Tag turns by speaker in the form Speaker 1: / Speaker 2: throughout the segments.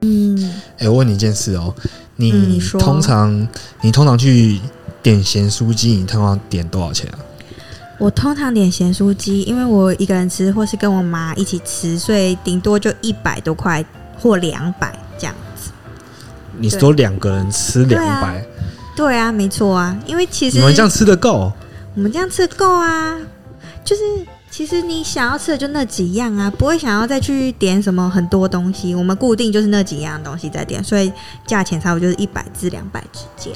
Speaker 1: 嗯，
Speaker 2: 哎、我问你一件事哦，你,、
Speaker 1: 嗯你说
Speaker 2: 通常你通常去点咸酥鸡，你通常点多少钱啊？
Speaker 1: 我通常点咸酥鸡，因为我一个人吃或是跟我妈一起吃，所以顶多就一百多块或两百这样。
Speaker 2: 你说两个人吃
Speaker 1: 对
Speaker 2: 两
Speaker 1: 啊
Speaker 2: 百、
Speaker 1: 对啊，没错啊，因为其实
Speaker 2: 你们这样吃得够？
Speaker 1: 我们这样吃够啊，就是其实你想要吃的就那几样啊，不会想要再去点什么很多东西。我们固定就是那几样东西在点，所以价钱差不多就是一百至两百之间。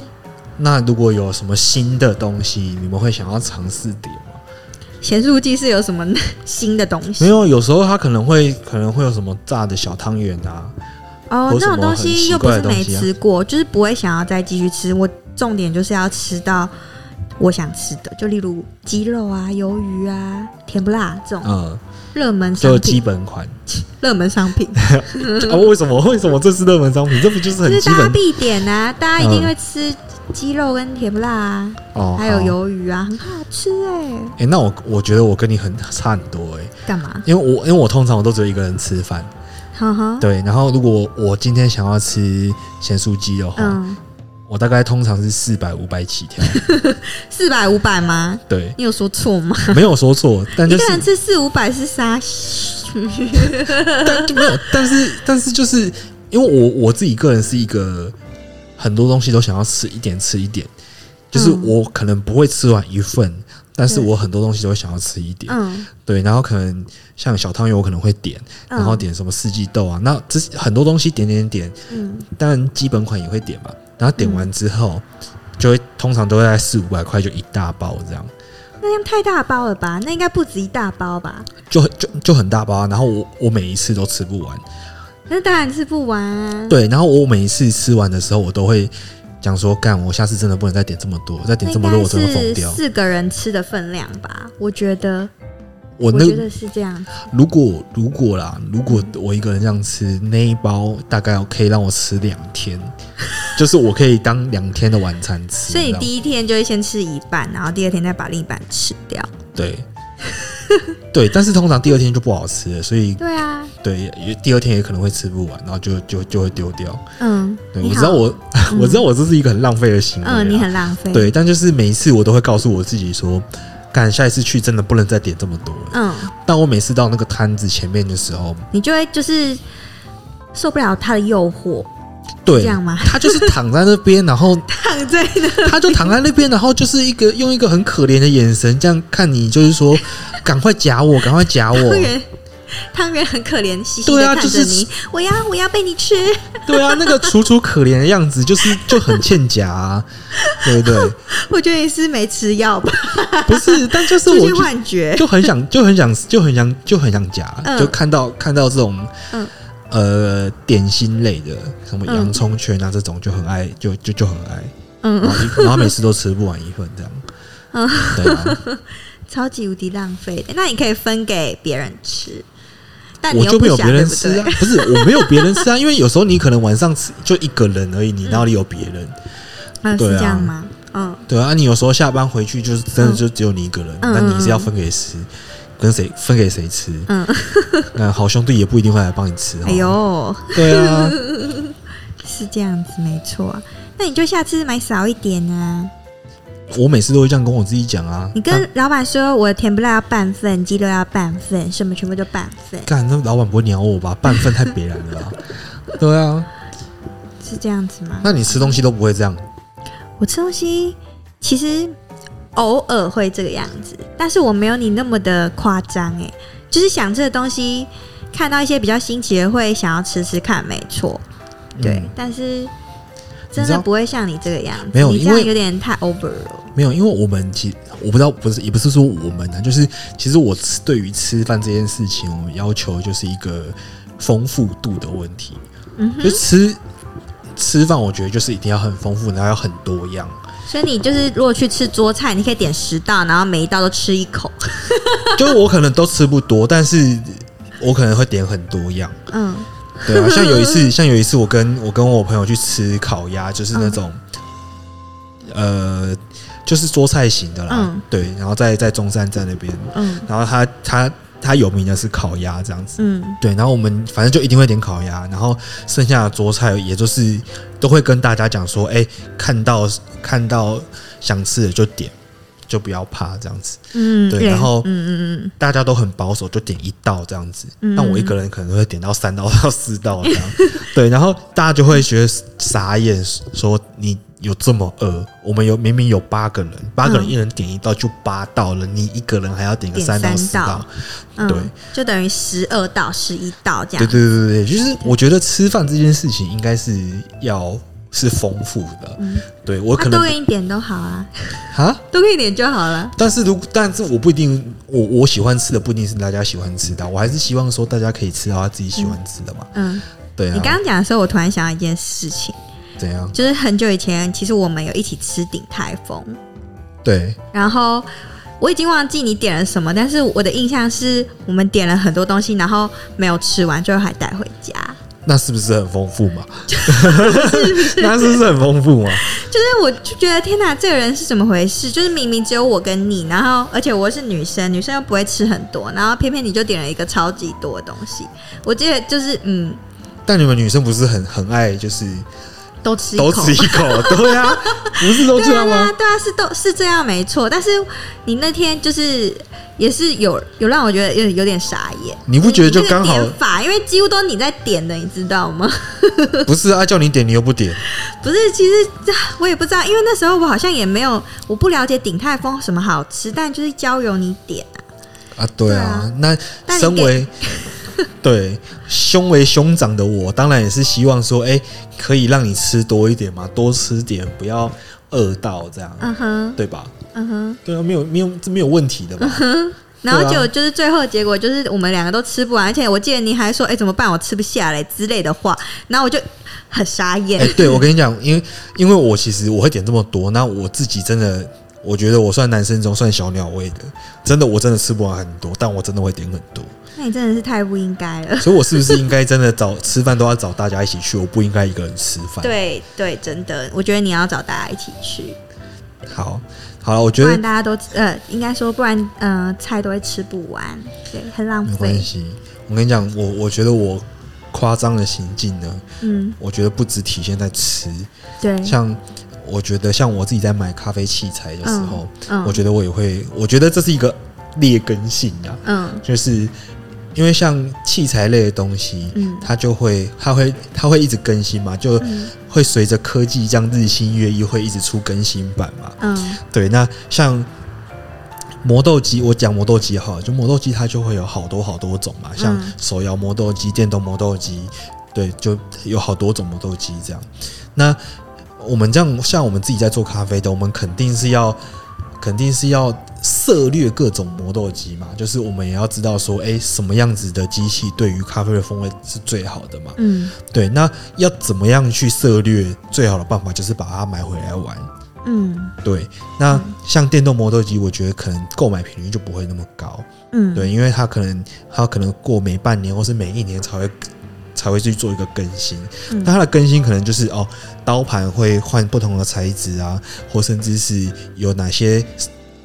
Speaker 2: 那如果有什么新的东西，你们会想要尝试点吗？
Speaker 1: 咸酥鸡是有什么 新的东西？
Speaker 2: 没有，有时候他可能会可能会有什么炸的小汤圆啊，
Speaker 1: 哦，那
Speaker 2: 有什
Speaker 1: 种
Speaker 2: 么
Speaker 1: 东
Speaker 2: 很
Speaker 1: 西
Speaker 2: 奇
Speaker 1: 又不
Speaker 2: 怪
Speaker 1: 是
Speaker 2: 的东
Speaker 1: 没
Speaker 2: 西啊
Speaker 1: 吃过，就是不会想要再继续吃。我重点就是要吃到我想吃的，就例如鸡肉啊、鱿鱼啊、甜不辣这种
Speaker 2: 嗯，
Speaker 1: 热门
Speaker 2: 就
Speaker 1: 商
Speaker 2: 基
Speaker 1: 品。
Speaker 2: 本款。
Speaker 1: 热门商品，
Speaker 2: 啊，为什么为什么这是热门商品？这不就是
Speaker 1: 这
Speaker 2: 很
Speaker 1: 是
Speaker 2: 基
Speaker 1: 大家
Speaker 2: 本
Speaker 1: 必点啊！大家一定
Speaker 2: 嗯
Speaker 1: 会吃鸡肉跟甜不辣啊，
Speaker 2: 哦？
Speaker 1: 还有
Speaker 2: 好
Speaker 1: 鱿鱼啊，很好吃哎、
Speaker 2: 哎、那我我觉得我跟你很差很多哎、
Speaker 1: 干嘛？
Speaker 2: 因为我因为我通常我都只有一个人吃饭，
Speaker 1: 哈哈，
Speaker 2: 对。然后如果我今天想要吃咸酥鸡的话，
Speaker 1: 嗯，
Speaker 2: 我大概通常是四百五百起跳，
Speaker 1: 四百五百吗？
Speaker 2: 对，
Speaker 1: 你有说错 吗？
Speaker 2: 没有说错，但就
Speaker 1: 一个人
Speaker 2: 是
Speaker 1: 吃四五百是啥？
Speaker 2: 但就没有，但是但是就是因为我我自己个人是一个很多东西都想要吃一点吃一点，就是
Speaker 1: 嗯
Speaker 2: 我可能不会吃完一份，但是
Speaker 1: 对
Speaker 2: 我很多东西都会想要吃一点，
Speaker 1: 嗯，
Speaker 2: 对，然后可能像小汤圆我可能会点，然后点什么四季豆啊，那这很多东西点点点，
Speaker 1: 嗯，
Speaker 2: 当然基本款也会点嘛，然后点完之后。就会通常都会在四五百块就一大包这样，
Speaker 1: 那样太大包了吧？那应该不止一大包吧？
Speaker 2: 就就就很大包啊、然后我我每一次都吃不完，
Speaker 1: 那当然吃不完啊。
Speaker 2: 对，然后我每一次吃完的时候，我都会讲说，干，我下次真的不能再点这么多，再点
Speaker 1: 那
Speaker 2: 这
Speaker 1: 应
Speaker 2: 么多
Speaker 1: 该
Speaker 2: 我真的会
Speaker 1: 是
Speaker 2: 疯掉。
Speaker 1: 四个人吃的分量吧？我觉得，我
Speaker 2: 我那
Speaker 1: 觉得是这样。
Speaker 2: 如果如果啦，如果我一个人这样吃，那一包大概可以让我吃两天， 就是我可以当两天的晚餐吃。
Speaker 1: 所以你
Speaker 2: 你知道吗
Speaker 1: 第一天就会先吃一半，然后第二天再把另一半吃掉。
Speaker 2: 对 对，但是通常第二天就不好吃了，所以
Speaker 1: 对啊，
Speaker 2: 对，也第二天也可能会吃不完，然后就就就会丢掉。
Speaker 1: 嗯，
Speaker 2: 对，
Speaker 1: 你
Speaker 2: 我
Speaker 1: 好
Speaker 2: 知道我、 我知道我这是一个很浪费的行为啦，
Speaker 1: 嗯，你很浪费。，
Speaker 2: 对，但就是每一次我都会告诉我自己说，干下一次去真的不能再点这么多了。
Speaker 1: 嗯，
Speaker 2: 但我每次到那个摊子前面的时候，
Speaker 1: 你就会就是受不了他的诱惑，这
Speaker 2: 对，
Speaker 1: 样吗？
Speaker 2: 他就是躺在那边，然后
Speaker 1: 躺在那，
Speaker 2: 他就躺在那边，然后就是一个用一个很可怜的眼神这样看你，就是说赶快夹我，赶快夹 我
Speaker 1: 汤。圆，汤圆很可怜兮兮
Speaker 2: 对
Speaker 1: 的
Speaker 2: 啊
Speaker 1: 看
Speaker 2: 就是
Speaker 1: 着你，我要我要被你吃，
Speaker 2: 对啊，那个楚楚可怜的样子，就是就很欠夹、啊，对 不对？
Speaker 1: 我觉得你是没吃药吧，
Speaker 2: 不是，但就是
Speaker 1: 出
Speaker 2: 我
Speaker 1: 现
Speaker 2: 就
Speaker 1: 幻觉。
Speaker 2: 就很 想，就很想，就很想，就很想夹，
Speaker 1: 嗯
Speaker 2: 就看到看到这种，
Speaker 1: 嗯
Speaker 2: 呃，点心类的，什么
Speaker 1: 嗯
Speaker 2: 洋葱圈啊这种，就很爱，就就就很爱，然
Speaker 1: 嗯，
Speaker 2: 后一然后每次都吃不完一份这样，
Speaker 1: 嗯
Speaker 2: 对 啊，
Speaker 1: 超级无敌浪费的。那你可以分给别人吃，但你
Speaker 2: 我
Speaker 1: 又
Speaker 2: 就
Speaker 1: 不
Speaker 2: 没有
Speaker 1: 想
Speaker 2: 别人
Speaker 1: 对不
Speaker 2: 吃
Speaker 1: 对
Speaker 2: 啊，不是我没有别人吃啊，因为有时候你可能晚上吃就一个人而已，
Speaker 1: 嗯
Speaker 2: 你哪里有别人？
Speaker 1: 啊，是
Speaker 2: 对啊
Speaker 1: 这样吗？嗯，
Speaker 2: 对啊，你有时候下班回去就是真的就只有你一个人，
Speaker 1: 嗯
Speaker 2: 那你是要分给谁？跟谁分给谁吃？
Speaker 1: 嗯，
Speaker 2: 那好兄弟也不一定会来帮你吃。哦
Speaker 1: 哎，呦，
Speaker 2: 对啊，
Speaker 1: 是这样子，没错啊。那你就下次买少一点啊。
Speaker 2: 我每次都会这样跟我自己讲啊。
Speaker 1: 你
Speaker 2: 但
Speaker 1: 跟老板说，我甜不辣要半份，鸡肉要半份，什么全部都半份，
Speaker 2: 干那老板不会鸟我吧？半份太别然 了吧？对啊，
Speaker 1: 是这样子吗？
Speaker 2: 那你吃东西都不会这样？
Speaker 1: 我吃东西其实偶尔会这个样子，但是我没有你那么的夸张哎，就是想吃的东西，看到一些比较新奇的会想要吃吃看，没错，对，
Speaker 2: 嗯
Speaker 1: 但是
Speaker 2: 知
Speaker 1: 真
Speaker 2: 道
Speaker 1: 的不会像你这个样子，
Speaker 2: 没有
Speaker 1: 你这
Speaker 2: 因
Speaker 1: 样
Speaker 2: 为
Speaker 1: 有点太 over 了，
Speaker 2: 没有，因为我们其我不知道，不是也不是说我们啊，就是其实我吃对于吃饭这件事情，我们要求就是一个丰富度的问题。
Speaker 1: 嗯哼
Speaker 2: 就吃吃饭，我觉得就是一定要很丰富，然后要很多样。
Speaker 1: 所以你就是如果去吃桌菜，你可以点十道，然后每一道都吃一口，
Speaker 2: 就是我可能都吃不多，但是我可能会点很多样。
Speaker 1: 嗯
Speaker 2: 对啊，像有一次，像有一次我跟我跟我朋友去吃烤鸭，就是那种、呃，就是桌菜型的啦，
Speaker 1: 嗯
Speaker 2: 对，然后在在中山站那边，
Speaker 1: 嗯
Speaker 2: 然后他他它有名的是烤鸭这样子。
Speaker 1: 嗯，
Speaker 2: 对，然后我们反正就一定会点烤鸭，然后剩下的桌菜也就是都会跟大家讲说，哎、看到看到想吃的就点，就不要怕这样子。
Speaker 1: 嗯，
Speaker 2: 对然后
Speaker 1: 嗯嗯
Speaker 2: 大家都很保守，就点一道这样子。
Speaker 1: 嗯
Speaker 2: 但我一个人可能会点到三道到四道这样。 对，然后大家就会觉得傻眼，说你有这么饿？我们有明明有八个人，八个人
Speaker 1: 嗯
Speaker 2: 一人点一道就八道了，你一个人还要点个
Speaker 1: 点
Speaker 2: 三到
Speaker 1: 三
Speaker 2: 四
Speaker 1: 道
Speaker 2: 道？
Speaker 1: 嗯，
Speaker 2: 对
Speaker 1: 嗯，就等于十二到十一道这
Speaker 2: 对
Speaker 1: 样。
Speaker 2: 对对对，对就是我觉得吃饭这件事情应该是要是丰富的。
Speaker 1: 嗯
Speaker 2: 对我
Speaker 1: 他
Speaker 2: 可
Speaker 1: 多
Speaker 2: 能
Speaker 1: 给你点都好啊，
Speaker 2: 啊，
Speaker 1: 多给你点就好了。
Speaker 2: 但是如但是我不一定，我我喜欢吃的不一定是大家喜欢吃的，我还是希望说大家可以吃到他自己喜欢吃的嘛。
Speaker 1: 嗯，
Speaker 2: 对啊，
Speaker 1: 你刚刚讲的时候，我突然想到一件事情，
Speaker 2: 怎样？
Speaker 1: 就是很久以前，其实我们有一起吃鼎泰丰，
Speaker 2: 对，
Speaker 1: 然后我已经忘记你点了什么，但是我的印象是我们点了很多东西，然后没有吃完，最后还带回家。
Speaker 2: 那是不是很 丰富嘛？那是不是很丰富嘛？
Speaker 1: 就是我就觉得天哪，这个人是怎么回事？就是明明只有我跟你，然后而且我是女生，女生又不会吃很多，然后偏偏你就点了一个超级多的东西。我记得就是嗯，
Speaker 2: 但你们女生不是很很爱就是
Speaker 1: 都吃一
Speaker 2: 都
Speaker 1: 口
Speaker 2: 吃。一口，对啊，不是都这
Speaker 1: 对啊，
Speaker 2: 样
Speaker 1: 对啊
Speaker 2: 吗？，
Speaker 1: 对啊，是都是这样没错。但是你那天就是也是有有让我觉得有有点傻眼，
Speaker 2: 你不觉得就
Speaker 1: 那个
Speaker 2: 刚好
Speaker 1: 点法？因为几乎都你在点的，你知道吗？
Speaker 2: 不是啊，叫你点你又不点，
Speaker 1: 不是，其实啊我也不知道，因为那时候我好像也没有，我不了解鼎泰丰什么好吃，但就是交由你点啊。
Speaker 2: 啊，对啊，那
Speaker 1: 但你
Speaker 2: 身为 对胸为兄长的我，当然也是希望说，哎、可以让你吃多一点嘛，多吃点，不要饿到这样，
Speaker 1: 嗯哼，
Speaker 2: 对吧？
Speaker 1: 嗯哼。
Speaker 2: 对啊，没有没有这没有问题 的嘛。
Speaker 1: 然后
Speaker 2: 对啊
Speaker 1: 就就是最后结果就是我们两个都吃不完，而且我记得你还说：“哎、怎么办？我吃不下嘞”之类的话，然后我就很傻眼。
Speaker 2: 哎、对我跟你讲，因为因为我其实我会点这么多，那我自己真的，我觉得我算男生中算小鸟胃的，真的我真的吃不完很多，但我真的会点很多，
Speaker 1: 那你真的是太不应该了。
Speaker 2: 所以我是不是应该真的找吃饭都要找大家一起去？我不应该一个人吃饭。，
Speaker 1: 对对，真的，我觉得你要找大家一起去，
Speaker 2: 好，好了，我觉
Speaker 1: 不
Speaker 2: 得
Speaker 1: 然大家都呃，应该说不然呃，菜都会吃不完，对，很浪
Speaker 2: 没关
Speaker 1: 费。
Speaker 2: 系。我跟你讲，我我觉得我夸张的行径呢，
Speaker 1: 嗯，
Speaker 2: 我觉得不只体现在吃，
Speaker 1: 对，
Speaker 2: 像我觉得像我自己在买咖啡器材的时候，
Speaker 1: 嗯
Speaker 2: 我觉得我也会，我觉得这是一个劣根性啊。
Speaker 1: 嗯
Speaker 2: 就是因为像器材类的东西，
Speaker 1: 嗯
Speaker 2: 它就会它会它会一直更新嘛，就会随着科技这样日新月异，会一直出更新版嘛。
Speaker 1: 嗯
Speaker 2: 对，那像磨豆机，我讲磨豆机哈，就磨豆机它就会有好多好多种嘛，像
Speaker 1: 嗯
Speaker 2: 手摇磨豆机、电动磨豆机，对，就有好多种磨豆机这样。那我们这样，像我们自己在做咖啡的，我们肯定是要肯定是要涉略各种磨豆机嘛，就是我们也要知道说，诶，什么样子的机器对于咖啡的风味是最好的嘛。
Speaker 1: 嗯
Speaker 2: 对，那要怎么样去涉略？最好的办法就是把它买回来玩。
Speaker 1: 嗯
Speaker 2: 对，那像电动磨豆机，我觉得可能购买频率就不会那么高，
Speaker 1: 嗯，
Speaker 2: 对，因为它可能它可能过每半年或是每一年才会才会去做一个更新，
Speaker 1: 嗯
Speaker 2: 那它的更新可能就是哦，刀盘会换不同的材质啊，或甚至是有哪些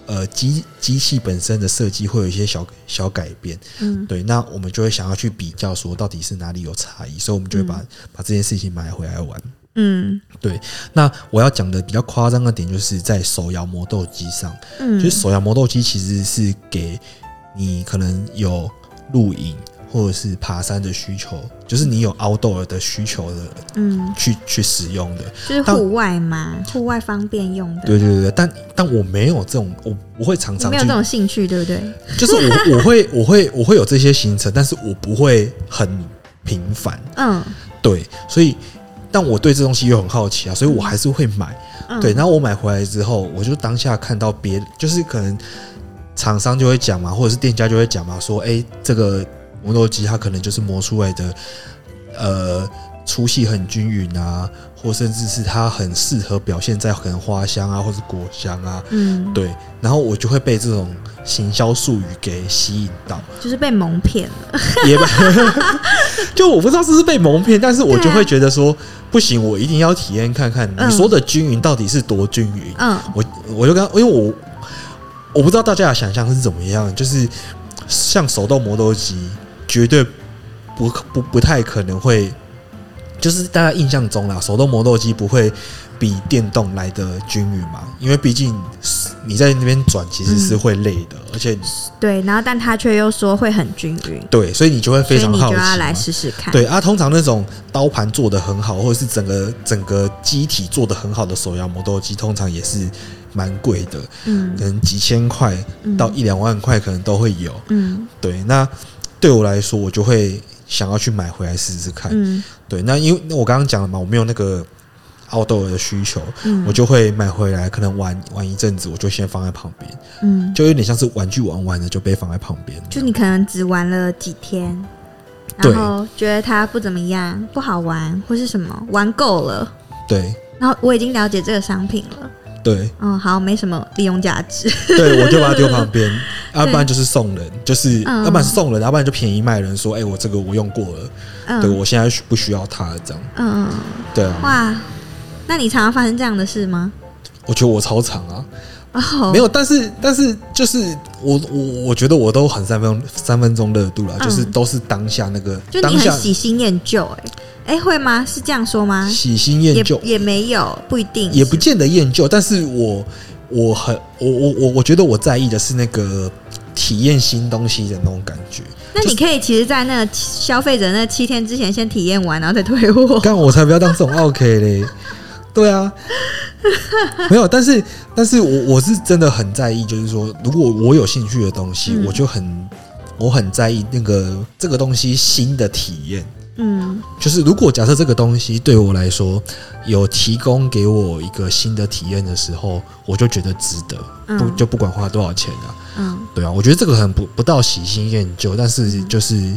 Speaker 2: 呃机机器本身的设计会有一些小小改变，
Speaker 1: 嗯
Speaker 2: 对，那我们就会想要去比较说到底是哪里有差异，所以我们就会把、把这件事情买回来玩。
Speaker 1: 嗯
Speaker 2: 那我要讲的比较夸张的点，就是在手摇磨豆机上，
Speaker 1: 嗯，
Speaker 2: 就是手摇磨豆机其实是给你可能有露营或者是爬山的需求，就是你有 outdoor 的需求的人
Speaker 1: 嗯，
Speaker 2: 去去使用的。
Speaker 1: 就是
Speaker 2: 但
Speaker 1: 户外嘛，户外方便用的。
Speaker 2: 对对对对，但但我没有这种，我我会常
Speaker 1: 你
Speaker 2: 常
Speaker 1: 没有
Speaker 2: 去
Speaker 1: 这，种兴趣，对不对？
Speaker 2: 就是我我会我会我会有这些行程，但是我不会很频繁。
Speaker 1: 嗯
Speaker 2: 对，所以但我对这东西又很好奇啊，所以我还是会买。
Speaker 1: 嗯
Speaker 2: 对，然后我买回来之后，我就当下看到别，就是可能厂商就会讲嘛，或者是店家就会讲嘛，说，哎、这个磨豆机它可能就是磨出来的，呃，粗细很均匀啊，或甚至是它很适合表现在可能花香啊，或是果香啊。
Speaker 1: 嗯，
Speaker 2: 对，然后我就会被这种行销术语给吸引到，
Speaker 1: 就是被蒙骗了。
Speaker 2: 也不 就我不知道是不是被蒙骗，但是我就会觉得说不行，我一定要体验看看
Speaker 1: 啊嗯
Speaker 2: 你说的均匀到底是多均匀。
Speaker 1: 嗯
Speaker 2: 我我就跟他，因为我我不知道大家的想象是怎么样，就是像手动磨豆机，绝对不不不太可能会，就是大家印象中啦，手动磨豆机不会比电动来的均匀嘛，因为毕竟你在那边转其实
Speaker 1: 嗯
Speaker 2: 是会累的，而且
Speaker 1: 对，然后但他却又说会很均匀，
Speaker 2: 对，所以你就会
Speaker 1: 所
Speaker 2: 非
Speaker 1: 以
Speaker 2: 常
Speaker 1: 你
Speaker 2: 好
Speaker 1: 就
Speaker 2: 奇
Speaker 1: 要
Speaker 2: 嘛
Speaker 1: 来。试试看。
Speaker 2: 对啊，通常那种刀盘做的很好，或者是整个整个机体做的很好的手摇磨豆机，通常也是蛮贵的，
Speaker 1: 嗯
Speaker 2: 可能几千块
Speaker 1: 嗯
Speaker 2: 到一两万块可能都会有。
Speaker 1: 嗯
Speaker 2: 对，那对我来说，我就会想要去买回来试试看。
Speaker 1: 嗯
Speaker 2: 对，那因为那我刚刚讲了嘛，我没有那个奥豆的需求，
Speaker 1: 嗯，
Speaker 2: 我就会买回来，可能玩玩一阵子，我就先放在旁边，
Speaker 1: 嗯，
Speaker 2: 就有点像是玩具玩完了就被放在旁边。
Speaker 1: 就你可能只玩了几天，
Speaker 2: 对
Speaker 1: 然后觉得它不怎么样，不好玩，或是什么玩够了，
Speaker 2: 对
Speaker 1: 然后我已经了解这个商品了，
Speaker 2: 对
Speaker 1: 嗯，好，没什么利用价值，
Speaker 2: 对，我就把它丢旁边， 要、不然就是送人，就是、
Speaker 1: 嗯
Speaker 2: 要不然是送人，要啊不然就便宜卖人，说哎、我这个我用过了，对
Speaker 1: 嗯
Speaker 2: 我现在需不需要它这样？
Speaker 1: 嗯，嗯
Speaker 2: 对啊，
Speaker 1: 哇，那你常常发生这样的事吗？
Speaker 2: 我觉得我超长啊。
Speaker 1: 哦，
Speaker 2: 没有，但是但是就是我我我觉得我都很三分钟三分钟热度了，
Speaker 1: 嗯
Speaker 2: 就是都是当下那个
Speaker 1: 就
Speaker 2: 当
Speaker 1: 你
Speaker 2: 下
Speaker 1: 很喜新厌旧、欸，哎、会吗？是这样说吗？
Speaker 2: 喜新
Speaker 1: 也
Speaker 2: 厌旧，
Speaker 1: 也没有，不一定，
Speaker 2: 也不见得厌旧，但是我我很我我我我觉得我在意的是那个体验新东西的那种感觉。
Speaker 1: 那你可以其实，在那个七消费者那七天之前先体验完，然后再退货。
Speaker 2: 干我才不要当这种 OK 嘞！对啊，没有，但是但是我我是真的很在意，就是说，如果我有兴趣的东西，
Speaker 1: 嗯
Speaker 2: 我就很我很在意那个这个东西新的体验。
Speaker 1: 嗯
Speaker 2: 就是如果假设这个东西对我来说有提供给我一个新的体验的时候，我就觉得值得，不
Speaker 1: 嗯
Speaker 2: 就不管花多少钱啊，
Speaker 1: 嗯，
Speaker 2: 对啊，我觉得这个很不不到喜新厌旧，但是就是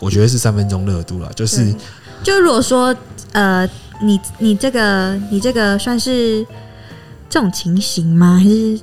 Speaker 2: 我觉得是三分钟热度了，就是
Speaker 1: 对就如果说呃，你你这个你这个算是这种情形吗？还是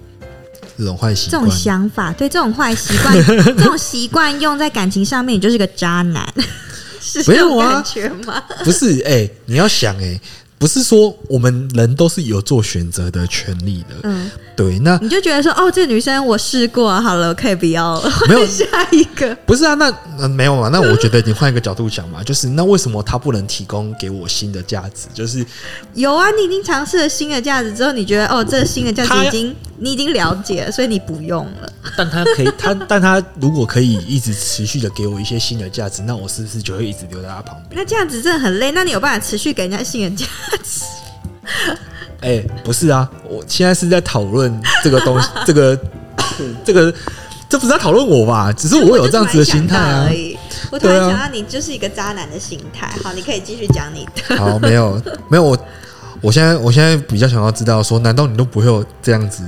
Speaker 2: 这种坏习
Speaker 1: 这
Speaker 2: 惯
Speaker 1: 种，想法？对这种坏习 惯，这种习惯用在感情上面，你就是个渣男， 是这种
Speaker 2: 没有啊
Speaker 1: 感觉吗？
Speaker 2: 不是哎、你要想哎、不是说我们人都是有做选择的权利的，
Speaker 1: 嗯，
Speaker 2: 对，那
Speaker 1: 你就觉得说，哦，这个女生我试过，好了，我可以不要 了，
Speaker 2: 没有
Speaker 1: 换下一个。
Speaker 2: 不是啊，那、呃、没有嘛？那我觉得你换一个角度讲嘛，就是那为什么他不能提供给我新的价值？就是
Speaker 1: 有啊，你已经尝试了新的价值之后，你觉得哦，这个新的价
Speaker 2: 他
Speaker 1: 值已经你已经了解了，所以你不用了。
Speaker 2: 但他可以，他但他如果可以一直持续的给我一些新的价值，那我是不是就会一直留在他旁边？
Speaker 1: 那这样子真的很累，那你有办法持续给人家新的价值？
Speaker 2: 哎、不是啊，我现在是在讨论这个东西，这个这个这不是在讨论我吧？只是 我有这样子的心态啊
Speaker 1: 我就突然想到而。已。我突然
Speaker 2: 对啊
Speaker 1: 想到，你就是一个渣男的心态。好，你可以继续讲你的。
Speaker 2: 好，没有没有，我我现在我现在比较想要知道说，难道你都不会有这样子？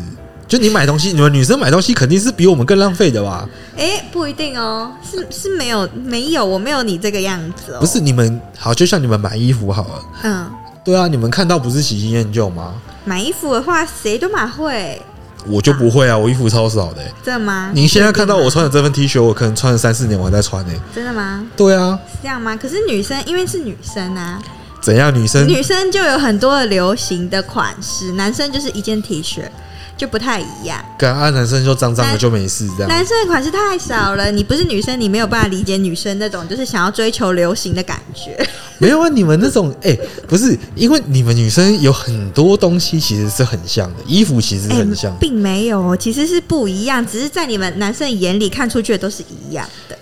Speaker 2: 就你买东西，你们女生买东西肯定是比我们更浪费的吧？
Speaker 1: 哎、不一定哦，是是没有没有，我没有你这个样子哦。
Speaker 2: 不是，你们好，就像你们买衣服好了，
Speaker 1: 嗯，
Speaker 2: 对啊，你们看到不是喜新厌旧吗？
Speaker 1: 买衣服的话，谁都蛮会，
Speaker 2: 我就不会啊，我衣服超少的欸、
Speaker 1: 真的吗？
Speaker 2: 您现在看到我穿的这份 T 恤，我可能穿了三四年我还在穿呢、
Speaker 1: 真的吗？
Speaker 2: 对啊，
Speaker 1: 是这样吗？可是女生因为是女生啊，
Speaker 2: 怎样？女生
Speaker 1: 女生就有很多的流行的款式，男生就是一件 T 恤就不太一样。
Speaker 2: 敢啊，男生就脏脏的
Speaker 1: 男
Speaker 2: 就没事这样。
Speaker 1: 男生的款式太少了，你不是女生，你没有办法理解女生那种就是想要追求流行的感觉。
Speaker 2: 没有啊，你们那种哎、不是因为你们女生有很多东西其实是很像的，衣服其实是很像。
Speaker 1: 哎并没有，哦其实是不一样，只是在你们男生眼里看出去的都是一样的。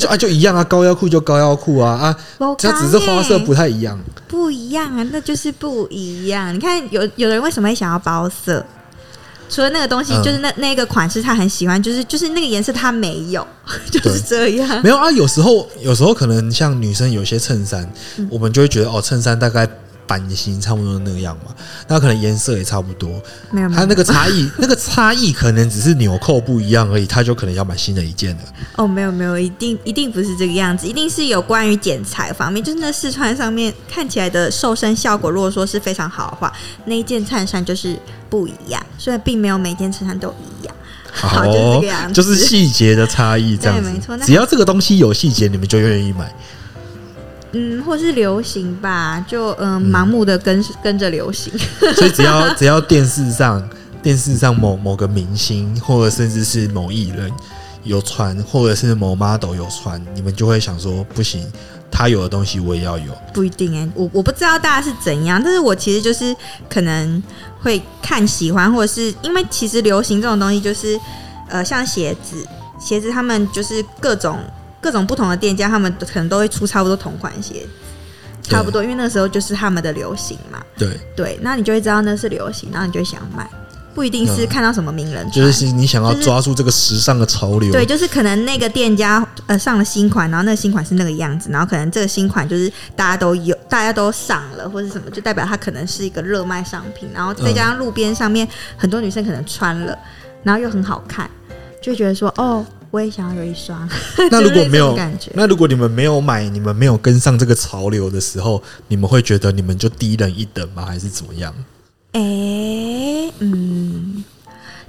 Speaker 2: 就啊就一样啊，高腰裤就高腰裤啊啊，
Speaker 1: 我
Speaker 2: 它只是花色不太一样。
Speaker 1: 不一样啊，那就是不一样。你看有有人为什么会想要包色？除了那个东西，
Speaker 2: 嗯
Speaker 1: 就是那那个款式他很喜欢，就是就是那个颜色他没有， 就是这样。
Speaker 2: 没有啊，有时候有时候可能像女生有些衬衫，我们就会觉得哦，衬衫大概版型差不多那样嘛，那可能颜色也差不多，
Speaker 1: 没有没
Speaker 2: 它
Speaker 1: 有
Speaker 2: 那个 差异，那个差异可能只是纽扣不一样而已，他就可能要买新的一件了。
Speaker 1: 哦，没有没有，一定一定不是这个样子，一定是有关于剪裁方面，就是那试穿上面看起来的瘦身效果，如果说是非常好的话，那一件衬衫就是不一样，虽然并没有每件衬衫都一样。 好就是这个样子
Speaker 2: 哦就是细节的差异这样
Speaker 1: 对没错
Speaker 2: 子。
Speaker 1: 那
Speaker 2: 只要这个东西有细节，你们就愿意 买。
Speaker 1: 嗯，或是流行吧，就嗯，盲目的跟、跟着流行。
Speaker 2: 所以只要只要电视上电视上某某个明星，或者甚至是某艺人有穿，或者是某 model 有穿，你们就会想说不行，他有的东西我也要有。
Speaker 1: 不一定哎、我我不知道大家是怎样，但是我其实就是可能会看喜欢，或者是因为其实流行这种东西就是，呃，像鞋子，鞋子他们就是各种各种不同的店家，他们可能都会出差不多同款鞋子，
Speaker 2: 对
Speaker 1: 差不多，因为那个时候就是他们的流行嘛。
Speaker 2: 对，
Speaker 1: 对，那你就会知道那是流行，然后你就会想买，不一定是
Speaker 2: 嗯
Speaker 1: 看到什么名人穿，
Speaker 2: 就是你想要
Speaker 1: 就是
Speaker 2: 抓住这个时尚的潮流。
Speaker 1: 对，就是可能那个店家呃上了新款，然后那个新款是那个样子，然后可能这个新款就是大家都有，大家都上了或者什么，就代表它可能是一个热卖商品，然后再加上路边上面很多女生可能穿了，然后又很好看，就会觉得说哦，我也想要有一 双。
Speaker 2: 那如果
Speaker 1: 就
Speaker 2: 没
Speaker 1: 是这种
Speaker 2: 有
Speaker 1: 感觉，
Speaker 2: 那如果你们没有买，你们没有跟上这个潮流的时候，你们会觉得你们就低人一等吗？还是怎么样？
Speaker 1: 哎、嗯，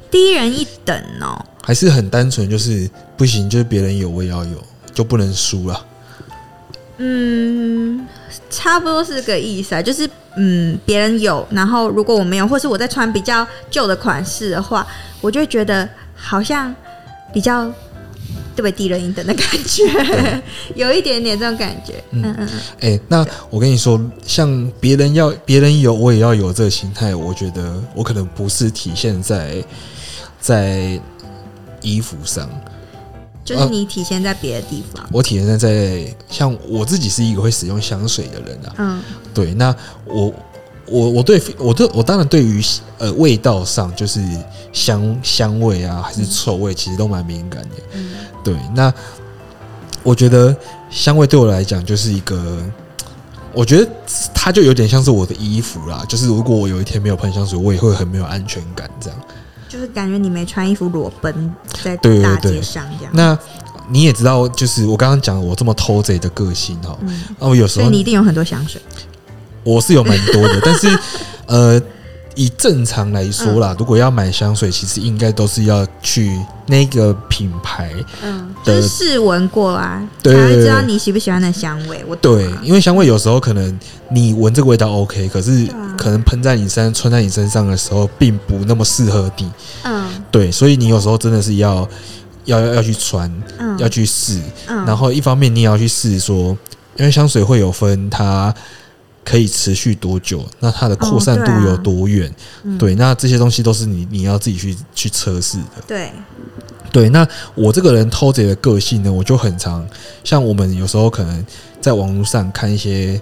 Speaker 1: 低人一等哦。
Speaker 2: 还是很单纯，就是不行，就是别人有我也要有，就不能输了。
Speaker 1: 嗯，差不多是个意思啊，就是嗯，别人有，然后如果我没有，或是我在穿比较旧的款式的话，我就会觉得好像比较对不对低人一等的感觉，有一点点这种感觉。嗯嗯嗯，
Speaker 2: 哎、那我跟你说，像别人要别人有，我也要有这个心态。我觉得我可能不是体现在在衣服上，
Speaker 1: 就是你体现在别的地方。
Speaker 2: 我体现在在像我自己是一个会使用香水的人啊。
Speaker 1: 嗯
Speaker 2: 对，那我我我对我对我当然对于呃味道上就是香香味啊，还是臭味，其实都蛮敏感的。
Speaker 1: 嗯
Speaker 2: 对，那我觉得香味对我来讲就是一个，我觉得它就有点像是我的衣服啦。就是如果我有一天没有喷香水，我也会很没有安全感这样。
Speaker 1: 嗯就是感觉你没穿衣服裸奔在
Speaker 2: 对对
Speaker 1: 大街
Speaker 2: 对
Speaker 1: 上这样。
Speaker 2: 那你也知道，就是我刚刚讲我这么偷贼的个性哈，
Speaker 1: 嗯，
Speaker 2: 那我有时
Speaker 1: 所以
Speaker 2: 候
Speaker 1: 你一定有很多香水。
Speaker 2: 我是有蛮多的， 但是呃，以正常来说
Speaker 1: 嗯
Speaker 2: 啦，如果要买香水，其实应该都是要去那个品牌，
Speaker 1: 嗯，就是
Speaker 2: 的
Speaker 1: 试闻过啊，才
Speaker 2: 对
Speaker 1: 会知道你喜不喜欢的香味。我懂
Speaker 2: 对
Speaker 1: 啊，
Speaker 2: 因为香味有时候可能你闻这个味道 OK，可是
Speaker 1: 对啊
Speaker 2: 可能喷在你身上、穿在你身上的时候，并不那么适合你。
Speaker 1: 嗯
Speaker 2: 对，所以你有时候真的是要要要要去穿，
Speaker 1: 嗯，
Speaker 2: 要去试。
Speaker 1: 嗯，
Speaker 2: 然后一方面你也要去试说，因为香水会有分它可以持续多久，那它的扩散
Speaker 1: 哦
Speaker 2: 度
Speaker 1: 对啊
Speaker 2: 有多远，
Speaker 1: 嗯
Speaker 2: 对，那这些东西都是你你要自己去去测试的。
Speaker 1: 对，
Speaker 2: 对，那我这个人偷贼的个性呢，我就很常像我们有时候可能在网络上看一些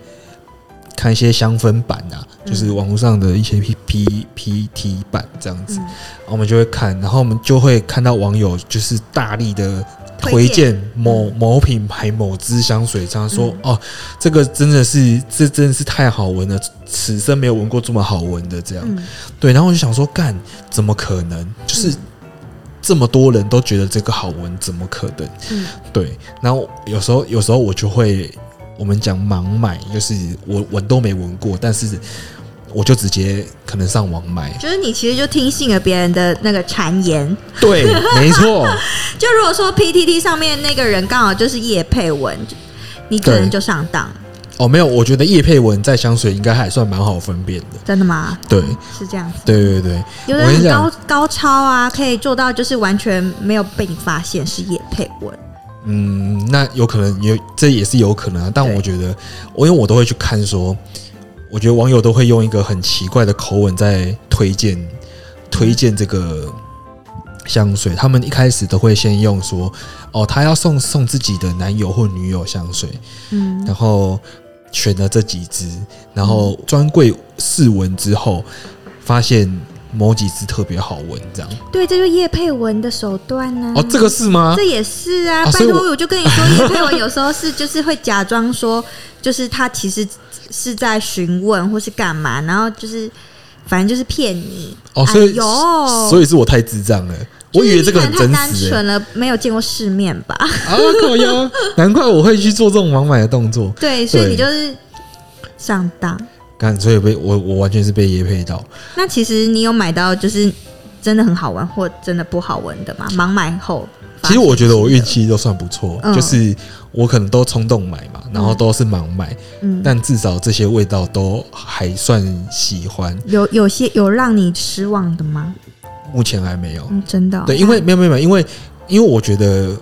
Speaker 2: 看一些香氛版啊，
Speaker 1: 嗯
Speaker 2: 就是网络上的一些 P P P T 版这样
Speaker 1: 嗯
Speaker 2: 子，然后我们就会看，然后我们就会看到网友就是大力的推
Speaker 1: 推荐嗯
Speaker 2: 荐某某品牌某支香水，这样说、哦，这个真的是这真的是太好闻了，此生没有闻过这么好闻的这样。
Speaker 1: 嗯
Speaker 2: 对，然后我就想说，干怎么可能？就是这么多人都觉得这个好闻，怎么可能？
Speaker 1: 嗯
Speaker 2: 对，然后有时候有时候我就会，我们讲盲买，就是我闻都没闻过，但是我就直接可能上网买。
Speaker 1: 就是你其实就听信了别人的那个谗言。
Speaker 2: 对， 没错，
Speaker 1: 就如果说 PTT 上面那个人刚好就是叶佩文，就你可能
Speaker 2: 对
Speaker 1: 就上当，
Speaker 2: 哦，没有，我觉得叶佩文在香水应该还算蛮好分辨的。
Speaker 1: 真的吗？
Speaker 2: 对，
Speaker 1: 是这样子。
Speaker 2: 对对对，
Speaker 1: 有的
Speaker 2: 我跟
Speaker 1: 人
Speaker 2: 你
Speaker 1: 高
Speaker 2: 讲
Speaker 1: 高超啊，可以做到就是完全没有被你发现是叶佩文。
Speaker 2: 嗯，那有可能也这也是有可能啊，但
Speaker 1: 对
Speaker 2: 我觉得，我因为我都会去看说，我觉得网友都会用一个很奇怪的口吻在推荐推荐这个香水，他们一开始都会先用说，哦，他要送送自己的男友或女友香水，
Speaker 1: 嗯
Speaker 2: 然后选了这几支，然后专柜试闻之后，发现某几支特别好闻，这样
Speaker 1: 对，这就是叶佩文的手段啊呢、
Speaker 2: 哦，这个是吗？
Speaker 1: 这也是啊，
Speaker 2: 啊
Speaker 1: 拜
Speaker 2: 所以
Speaker 1: 托，
Speaker 2: 我
Speaker 1: 我就跟你说，叶佩文有时候是就是会假装说，就是他其实是在询问或是干嘛，然后就是反正就是骗你。
Speaker 2: 哦，所以、
Speaker 1: 哎呦
Speaker 2: 所以是我太智障了，我以为这个很
Speaker 1: 就是
Speaker 2: 真
Speaker 1: 你可能太单
Speaker 2: 实、欸、
Speaker 1: 纯了，没有见过世面吧？
Speaker 2: 啊，靠腰，难怪我会去做这种盲买的动作。
Speaker 1: 对，所以
Speaker 2: 对
Speaker 1: 你就是上当。
Speaker 2: 干，所以被我我完全是被噎配到。
Speaker 1: 那其实你有买到就是真的很好闻或真的不好闻的吗？盲买后发现
Speaker 2: 其
Speaker 1: 新的，
Speaker 2: 实我觉得我运气都算不错，
Speaker 1: 嗯
Speaker 2: 就是我可能都冲动买嘛，然后都是盲买，
Speaker 1: 嗯，
Speaker 2: 但至少这些味道都还算喜欢。
Speaker 1: 有有些有让你失望的吗？
Speaker 2: 目前还没有，
Speaker 1: 嗯，真的哦、
Speaker 2: 对，因为没有没有没有，因为因为我觉得，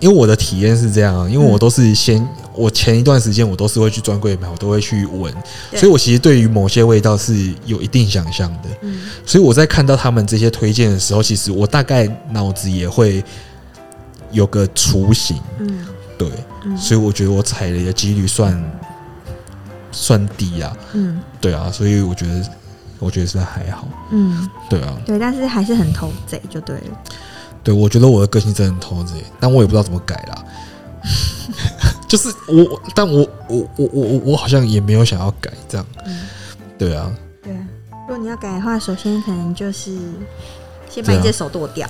Speaker 2: 因为我的体验是这样啊，因为
Speaker 1: 嗯
Speaker 2: 我都是先，我前一段时间我都是会去专柜买，我都会去闻，
Speaker 1: 对
Speaker 2: 所以我其实对于某些味道是有一定想象的，
Speaker 1: 嗯
Speaker 2: 所以我在看到他们这些推荐的时候，其实我大概脑子也会有个雏形，
Speaker 1: 嗯
Speaker 2: 对，
Speaker 1: 嗯
Speaker 2: 所以我觉得我踩雷的几率算算低啊，
Speaker 1: 嗯
Speaker 2: 对啊，所以我觉得我觉得是还好，
Speaker 1: 嗯，
Speaker 2: 对啊，
Speaker 1: 对，但是还是很偷贼就对了。
Speaker 2: 对，我觉得我的个性真的很偷贼，但我也不知道怎么改啦。 就是我，但我我我我我我好像也没有想要改这样。
Speaker 1: 嗯
Speaker 2: 对啊，
Speaker 1: 对啊，如果你要改的话，首先可能就是先把
Speaker 2: 对啊
Speaker 1: 你这手剁掉，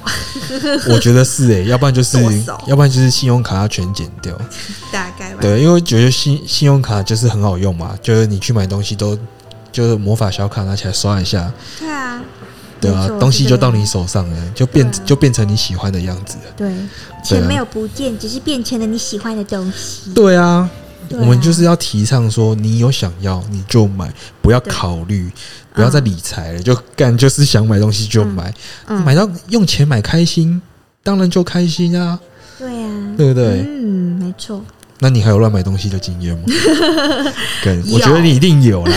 Speaker 2: 我觉得是诶、欸要不然就是
Speaker 1: 剁手，
Speaker 2: 要不然就是信用卡要全减掉。
Speaker 1: 大概吧。
Speaker 2: 对，因为觉得信信用卡就是很好用嘛，就是你去买东西都就是魔法小卡拿起来刷一下，
Speaker 1: 对啊，
Speaker 2: 对啊
Speaker 1: 没，错
Speaker 2: 东
Speaker 1: 是
Speaker 2: 西就
Speaker 1: 这个
Speaker 2: 到你手上了，就变
Speaker 1: 对啊
Speaker 2: 就变成你喜欢的样子了。
Speaker 1: 对，
Speaker 2: 啊
Speaker 1: 钱没有不见，只是变成了你喜欢的东西。
Speaker 2: 对啊，
Speaker 1: 对啊
Speaker 2: 我们就是要提倡说，你有想要你就买，不要考虑，不要再理财了，就干就是想买东西就买，
Speaker 1: 嗯，
Speaker 2: 买到用钱买开心，当然就开心啊，
Speaker 1: 对啊，
Speaker 2: 对不对？
Speaker 1: 嗯，没错。
Speaker 2: 那你还有乱买东西的 经验吗？干，
Speaker 1: 有
Speaker 2: 我觉得你一定 有啦。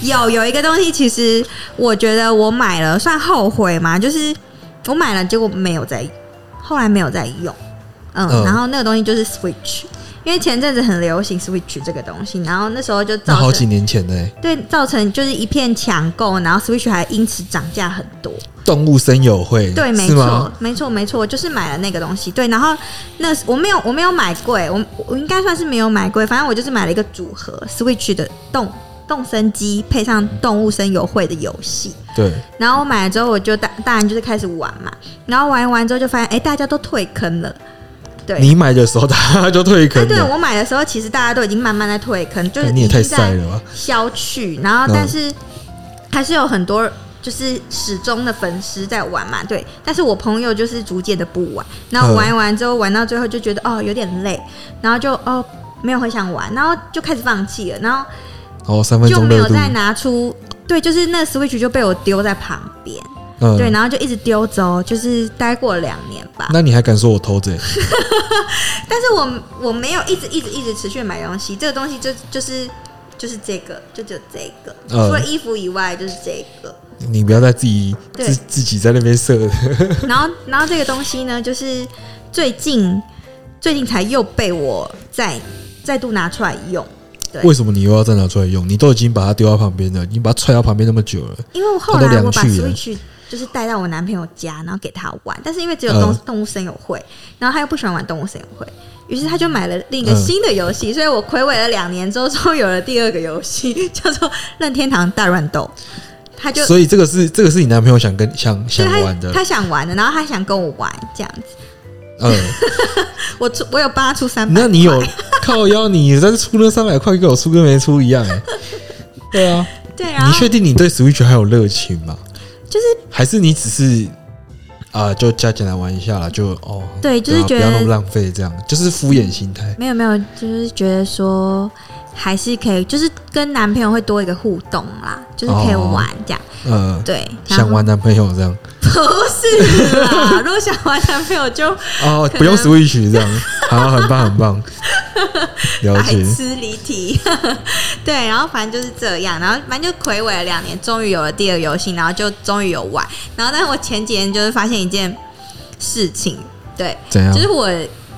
Speaker 1: 有有一个东西，其实我觉得我买了算后悔嘛，就是我买了，结果没有在，后来没有在用，嗯，
Speaker 2: 嗯
Speaker 1: 然后那个东西就是 Switch，因为前阵子很流行 Switch 这个东西，然后那时候就
Speaker 2: 那好
Speaker 1: 造
Speaker 2: 几
Speaker 1: 成
Speaker 2: 年前呢、
Speaker 1: 对造成就是一片抢购，然后 Switch 还因此涨价很多，
Speaker 2: 动物森友会，
Speaker 1: 对，没
Speaker 2: 是
Speaker 1: 错
Speaker 2: 吗？，
Speaker 1: 没错，没错，就是买了那个东西。对，然后那我没有，我没有买贵，我我应该算是没有买贵，反正我就是买了一个组合 Switch 的动动身机配上动物声友会的游戏。
Speaker 2: 对，
Speaker 1: 然后我买了之后，我就当当然就是开始玩嘛，然后玩一玩之后就发现，哎、大家都退坑了。对，
Speaker 2: 你买的时候他就退
Speaker 1: 哎、
Speaker 2: 坑
Speaker 1: 对
Speaker 2: 了，
Speaker 1: 我买的时候，其实大家都已经慢慢在退坑，就是
Speaker 2: 干你也
Speaker 1: 已
Speaker 2: 太
Speaker 1: 经在
Speaker 2: 晒了吧？
Speaker 1: 消去，然后
Speaker 2: 嗯
Speaker 1: 但是还是有很多就是始终的粉丝在玩嘛，对。但是我朋友就是逐渐的不玩，然后
Speaker 2: 嗯
Speaker 1: 玩一玩之后，玩到最后就觉得哦有点累，然后就哦没有很想玩，然后就开始放弃了，然后
Speaker 2: 哦，三分
Speaker 1: 就
Speaker 2: 钟
Speaker 1: 没
Speaker 2: 热
Speaker 1: 有
Speaker 2: 度，
Speaker 1: 再拿出。对，就是那 Switch 就被我丢在旁边，
Speaker 2: 嗯，
Speaker 1: 对，然后就一直丢走，就是待过了两年吧。
Speaker 2: 那你还敢说我偷贼？
Speaker 1: 但是我我没有一直一直一直持续买东西，这个东西就就是就是这个，就只有这个，
Speaker 2: 嗯
Speaker 1: 除了衣服以外就是这个。
Speaker 2: 你不要再自己
Speaker 1: 对
Speaker 2: 自自己在那边设的，
Speaker 1: 然后然后这个东西呢，就是最近最近才又被我再再度拿出来用，对
Speaker 2: 为什么你又要再拿出来用？你都已经把它丢到旁边了，你把它踹到旁边那么久了，
Speaker 1: 因为后
Speaker 2: 它都
Speaker 1: 来
Speaker 2: 凉
Speaker 1: 我把
Speaker 2: 去了
Speaker 1: Switch 就是带到我男朋友家，然后给他玩，但是因为只有动、
Speaker 2: 嗯
Speaker 1: 动物森友会，然后他又不喜欢玩动物森友会。于是他就买了另一个
Speaker 2: 嗯
Speaker 1: 新的游戏，所以我暌违了两年之后，终于有了第二个游戏，叫做《任天堂大乱斗》。他 就
Speaker 2: 所以这个是这个是你男朋友想跟想
Speaker 1: 对
Speaker 2: 想
Speaker 1: 他
Speaker 2: 玩的，
Speaker 1: 他想玩的，然后他想跟我玩这样子。
Speaker 2: 嗯，
Speaker 1: 我出我有帮他出三百，
Speaker 2: 那你有靠腰你，但是出那三百块跟我出跟没出一样哎、对啊，
Speaker 1: 对，然
Speaker 2: 你
Speaker 1: 后
Speaker 2: 确定你对 Switch 还有热情吗？
Speaker 1: 就是
Speaker 2: 还是你只是啊、就加进来玩一下啦，就哦，
Speaker 1: 对就是
Speaker 2: 啊
Speaker 1: 觉得
Speaker 2: 不要那么浪费，这样就是敷衍心态。
Speaker 1: 没有没有，就是觉得说还是可以，就是跟男朋友会多一个互动啦，就是可以玩这样。
Speaker 2: 嗯，
Speaker 1: 对，啊然后
Speaker 2: 想玩男朋友这样
Speaker 1: 不是啦，如果想玩男朋友就
Speaker 2: 哦，
Speaker 1: 能
Speaker 2: 不用 Switch 这样，好，很棒 很棒，了
Speaker 1: 白
Speaker 2: 解。
Speaker 1: 痴离题。 对，然后反正就是这样，然后反正就暌违了两年，终于有了第二个游戏，然后就终于有玩。然后，但是我前几天就是发现一件事情，对，
Speaker 2: 怎样
Speaker 1: 就？是我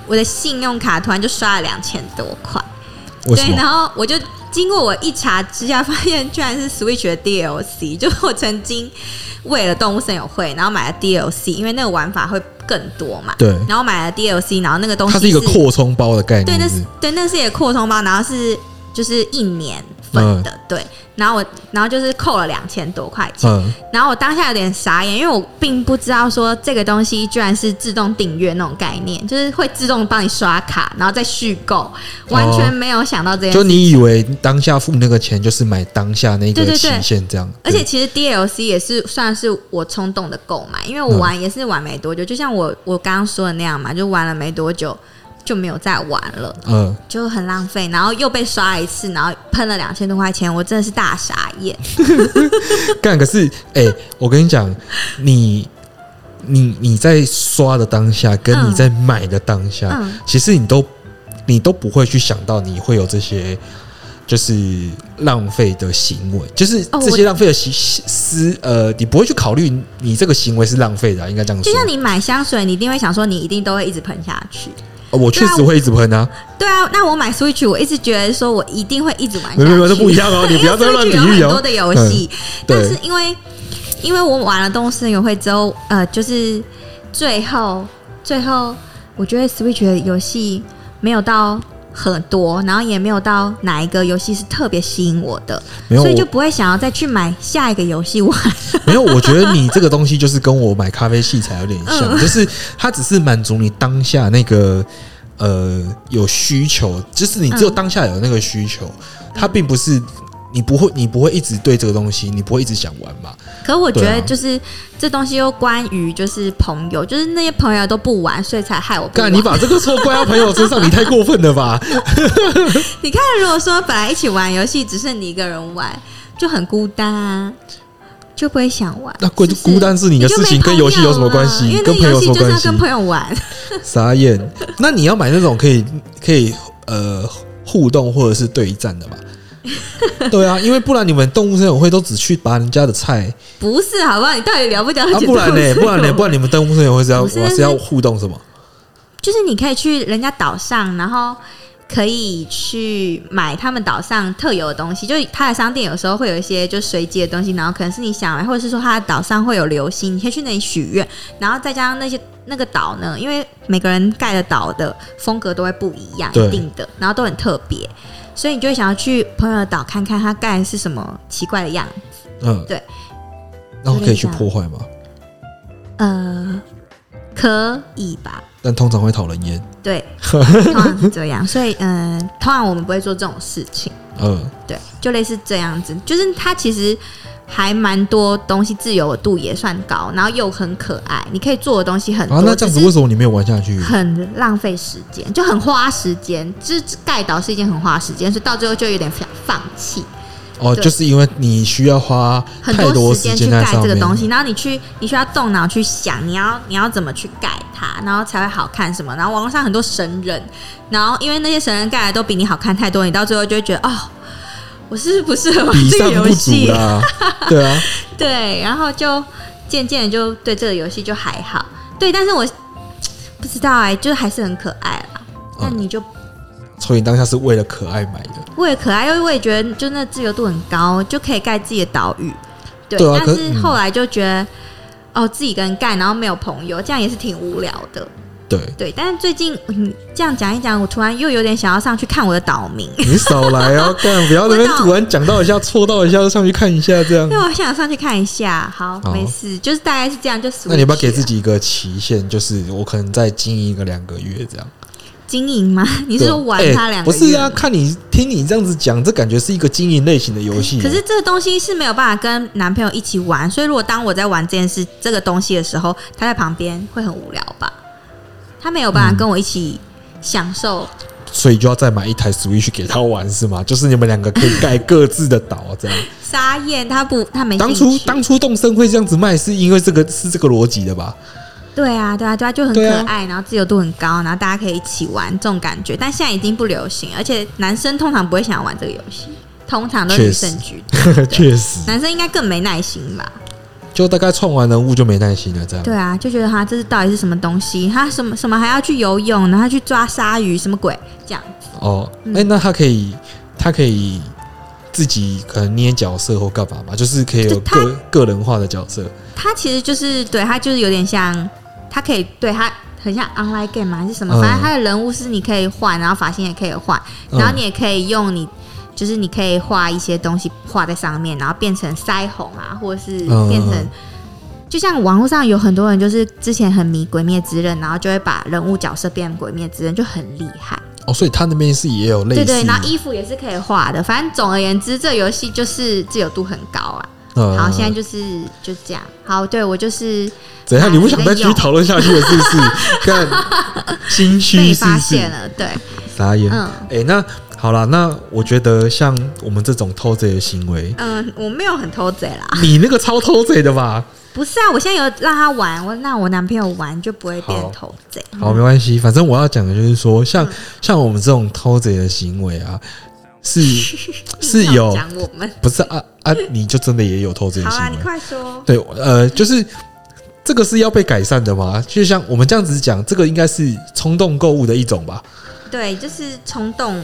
Speaker 1: 我的信用卡突然就刷了两千多块。
Speaker 2: 为什
Speaker 1: 对，
Speaker 2: 么？
Speaker 1: 然后我就经过我一查之下，发现居然是 Switch 的 DLC，就是 我曾经为了动物森友会，然后买了 DLC，因为那个玩法会更多嘛。
Speaker 2: 对
Speaker 1: 然后买了 DLC，然后那个东西
Speaker 2: 它是一个扩充包的概
Speaker 1: 对，
Speaker 2: 念，
Speaker 1: 那
Speaker 2: 是
Speaker 1: 是对，那是也扩充包，然后是就是一年份的，对。然后我然后就是扣了两千多块钱，
Speaker 2: 嗯嗯，
Speaker 1: 然后我当下有点傻眼，因为我并不知道说这个东西居然是自动订阅那种概念，就是会自动帮你刷卡，然后再续购，完
Speaker 2: 哦
Speaker 1: 全没有想到这件事。
Speaker 2: 就你以为当下付那个钱就是买当下那
Speaker 1: 对
Speaker 2: 个
Speaker 1: 对
Speaker 2: 期
Speaker 1: 对
Speaker 2: 限这样，
Speaker 1: 而
Speaker 2: 对
Speaker 1: 且其实 DLC 也是算是我冲动的购买，因为我玩也是玩没多久，就像我我刚刚说的那样嘛，就玩了没多久就没有再玩了，
Speaker 2: 嗯，
Speaker 1: 就很浪费，然后又被刷一次，然后喷了两千多块钱，我真的是大傻眼。
Speaker 2: 干可是哎、我跟你讲，你你你在刷的当下，跟
Speaker 1: 嗯
Speaker 2: 你在买的当下，
Speaker 1: 嗯
Speaker 2: 其实你都你都不会去想到你会有这些就是浪费的行为，就是
Speaker 1: 哦
Speaker 2: 这些浪费的行思呃，你不会去考虑你这个行为是浪费的啊、应该这样
Speaker 1: 就
Speaker 2: 说。
Speaker 1: 像你买香水，你一定会想说，你一定都会一直喷下去。
Speaker 2: 呃我确实会一直喷啊，
Speaker 1: 对啊，那我买 Switch，我一直觉得说我一定会一直玩下去。
Speaker 2: 没没没，这不一样
Speaker 1: 哎
Speaker 2: 哦，你 不要再乱比
Speaker 1: 因为 Switch
Speaker 2: 喻
Speaker 1: 有很
Speaker 2: 哦
Speaker 1: 多。的游戏，但是
Speaker 2: 对，
Speaker 1: 因为因为我玩了《动物森友会》之后，呃，就是最后最后，我觉得 Switch 的游戏没有到很多，然后也没有到哪一个游戏是特别吸引我的，
Speaker 2: 没有
Speaker 1: 所以就
Speaker 2: 我
Speaker 1: 不会想要再去买下一个游戏 玩。
Speaker 2: 嗯没有，我觉得 你这个东西就是跟我买咖啡器材有点像，就是它只是满足你当下那个呃有需求，就是你只有
Speaker 1: 嗯
Speaker 2: 当下有那个需求，它并不是你不会你不会一直对这个东西，你不会一直想玩嘛？
Speaker 1: 可我觉
Speaker 2: 对
Speaker 1: 得
Speaker 2: 啊
Speaker 1: 就是、这东西又关于就是朋友，就是那些朋友都不玩，所以才害我不玩。
Speaker 2: 干，你把这个错怪到朋友身 上，你太过分了吧？
Speaker 1: 你看，如果说本来一起玩游戏，只剩你一个人玩，就很孤单啊，就不会想玩。
Speaker 2: 那孤
Speaker 1: 是不是
Speaker 2: 孤单是你的事情，
Speaker 1: 就没
Speaker 2: 跟
Speaker 1: 朋
Speaker 2: 游戏有什么
Speaker 1: 友
Speaker 2: 关
Speaker 1: 了
Speaker 2: 系
Speaker 1: 因为？
Speaker 2: 跟朋
Speaker 1: 那
Speaker 2: 友
Speaker 1: 游
Speaker 2: 有
Speaker 1: 戏
Speaker 2: 什
Speaker 1: 就是
Speaker 2: 么关
Speaker 1: 要
Speaker 2: 系
Speaker 1: 跟？朋友玩，
Speaker 2: 傻眼。那你要买那种可以可以呃互动或者是对 战的吧？对啊，因为不然你们动物森友会都只去拔人家的菜，
Speaker 1: 不是好不好？你到底了不了
Speaker 2: 啊
Speaker 1: 解、
Speaker 2: 不然呢？不然呢？不
Speaker 1: 然
Speaker 2: 然你们动物森友会是要
Speaker 1: 不是
Speaker 2: 我
Speaker 1: 那
Speaker 2: 是
Speaker 1: 是
Speaker 2: 要互动什么？
Speaker 1: 就是你可以去人家岛上，然后。可以去买他们岛上特有的东西，就是他的商店有时候会有一些就随机的东西，然后可能是你想买，或者是说他的岛上会有流星，你可以去那里许愿，然后再加上那些那个岛呢，因为每个人盖的岛的风格都会不一样，
Speaker 2: 对
Speaker 1: 一定的，然后都很特别，所以你就会想要去朋友的岛看看他盖的是什么奇怪的样子。
Speaker 2: 嗯，
Speaker 1: 对。
Speaker 2: 那我可以去破坏吗？
Speaker 1: 呃，可以吧？
Speaker 2: 但通常会讨人厌。
Speaker 1: 对，通常是这样，所以嗯、呃，通常我们不会做这种事情，
Speaker 2: 嗯，
Speaker 1: 对，就类似这样子，就是它其实还蛮多东西，自由度也算高，然后又很可爱，你可以做的东西很多，
Speaker 2: 啊，那这样子
Speaker 1: 只
Speaker 2: 为
Speaker 1: 是
Speaker 2: 什么你没有玩下去？
Speaker 1: 很浪费时间，就很花时间，就是盖岛是一件很花时间，所以到最后就有点想放弃，
Speaker 2: 哦，
Speaker 1: 对
Speaker 2: 就是因为你需要花
Speaker 1: 很
Speaker 2: 太多
Speaker 1: 时间去
Speaker 2: 间在
Speaker 1: 盖
Speaker 2: 上
Speaker 1: 这个
Speaker 2: 面。
Speaker 1: 东西，然后你去，你需要动脑去想，你要你要怎么去盖它，然后才会好看什么。然后网络上很多神人，然后因为那些神人盖的都比你好看太多，你到最后就会觉得哦，我是不是不适合玩
Speaker 2: 比
Speaker 1: 这个
Speaker 2: 上
Speaker 1: 游
Speaker 2: 不足
Speaker 1: 戏？啊
Speaker 2: 啦，对啊，
Speaker 1: 对，然后就渐渐的就对这个游戏就还好，对，但是我不知道哎、就还是很可爱啦。那
Speaker 2: 嗯
Speaker 1: 你就
Speaker 2: 所以你当下是为了可爱买的。
Speaker 1: 为了可爱，因为我也觉得就那自由度很高，就可以盖自己的岛屿。对，
Speaker 2: 对啊
Speaker 1: 但
Speaker 2: 可
Speaker 1: 是
Speaker 2: 嗯
Speaker 1: 后来就觉得，哦，自己一个人盖，然后没有朋友，这样也是挺无聊的。
Speaker 2: 对，
Speaker 1: 对，但是最近嗯，这样讲一讲，我突然又有点想要上去看我的岛 民，
Speaker 2: 你少来 哦，干不要那边突然讲到一下，错到一下，就上去看一下这样
Speaker 1: 因为。我想上去看一下。好，
Speaker 2: 好
Speaker 1: 没事，就是大概是这样，就死。
Speaker 2: 哦那你要不要给自己一个期限？就是我可能再经营一个两个月这样。
Speaker 1: 经营吗？ 你
Speaker 2: 你
Speaker 1: 是说玩它两个、
Speaker 2: 不是啊，？看你听你这样子讲，这感觉是一个经营类型的游戏。
Speaker 1: 可是这个东西是没有办法跟男朋友一起玩，所以如果当我在玩这件事这个东西的时候，他在旁边会很无聊吧？他没有办法跟我一起享受，
Speaker 2: 所以就要再买一台 Switch 给他玩是吗？就是你们两个可以盖各自的岛 这样。
Speaker 1: 沙燕他不，他没
Speaker 2: 当
Speaker 1: 兴
Speaker 2: 初
Speaker 1: 趣
Speaker 2: 当初动森会这样子卖，是因为这个是这个逻辑 的吧？
Speaker 1: 对啊对啊对啊，就很
Speaker 2: 对
Speaker 1: 可
Speaker 2: 啊
Speaker 1: 爱，然后自由度很高，然后大家可以一起玩这种感觉，但现在已经不流行，而且男生通常不会想要玩这个游戏，通常都是女
Speaker 2: 确实
Speaker 1: 生居多，
Speaker 2: 确实，
Speaker 1: 男生应该更没耐心吧？
Speaker 2: 就大概创完人物就没耐心了这样。
Speaker 1: 对啊，就觉得他这是到底是什么东西？他什么什么还要去游泳，然后去抓鲨鱼，什么鬼？这样
Speaker 2: 哦，
Speaker 1: 嗯
Speaker 2: 哎、那他可以，他可以自己可能捏角色或干嘛嘛，就是可以有
Speaker 1: 就他
Speaker 2: 个个人化的角色。
Speaker 1: 它其实就是对它就是有点像，它可以对它很像 online game 嘛还是什么，
Speaker 2: 嗯
Speaker 1: 反正它的人物是你可以换，然后发型也可以换，
Speaker 2: 嗯
Speaker 1: 然后你也可以用你。就是你可以画一些东西画在上面，然后变成腮红啊，或者是
Speaker 2: 嗯
Speaker 1: 变成，就像网络上有很多人，就是之前很迷《鬼灭之刃》，然后就会把人物角色变成《鬼灭之刃》，就很厉害。
Speaker 2: 哦，所以他那边是也有类
Speaker 1: 对
Speaker 2: 似，
Speaker 1: 对，然后衣服也是可以画的，反正总而言之，这游戏就是自由度很高啊。
Speaker 2: 嗯
Speaker 1: 好，现在就是就这样。好，对我就是
Speaker 2: 怎样？
Speaker 1: 哪
Speaker 2: 你不
Speaker 1: 里
Speaker 2: 想
Speaker 1: 在
Speaker 2: 再继续
Speaker 1: 用
Speaker 2: 讨论下去了，是不是？看，心虚
Speaker 1: 被
Speaker 2: 是
Speaker 1: 发
Speaker 2: 不是
Speaker 1: 现？了，对。
Speaker 2: 傻眼。
Speaker 1: 嗯
Speaker 2: 哎、那好啦，那我觉得像我们这种偷贼的行 为，
Speaker 1: 嗯，我没有很偷贼啦，
Speaker 2: 你那个超偷贼的吧？
Speaker 1: 不是啊，我现在有让他玩，我让我男朋友玩就不会变偷贼。
Speaker 2: 好，没关系，反正我要讲的就是说，像、
Speaker 1: 嗯
Speaker 2: 像我们这种偷贼的行为啊， 是是
Speaker 1: 硬要
Speaker 2: 有，
Speaker 1: 讲我们，
Speaker 2: 不是啊啊，你就真的也有偷贼
Speaker 1: 好
Speaker 2: 的行
Speaker 1: 啦，
Speaker 2: 为
Speaker 1: 你。快说。
Speaker 2: 对，呃，就是这个是要被改善的吗？就像我们这样子讲，这个应该是冲动购物的一种吧？
Speaker 1: 对，就是冲动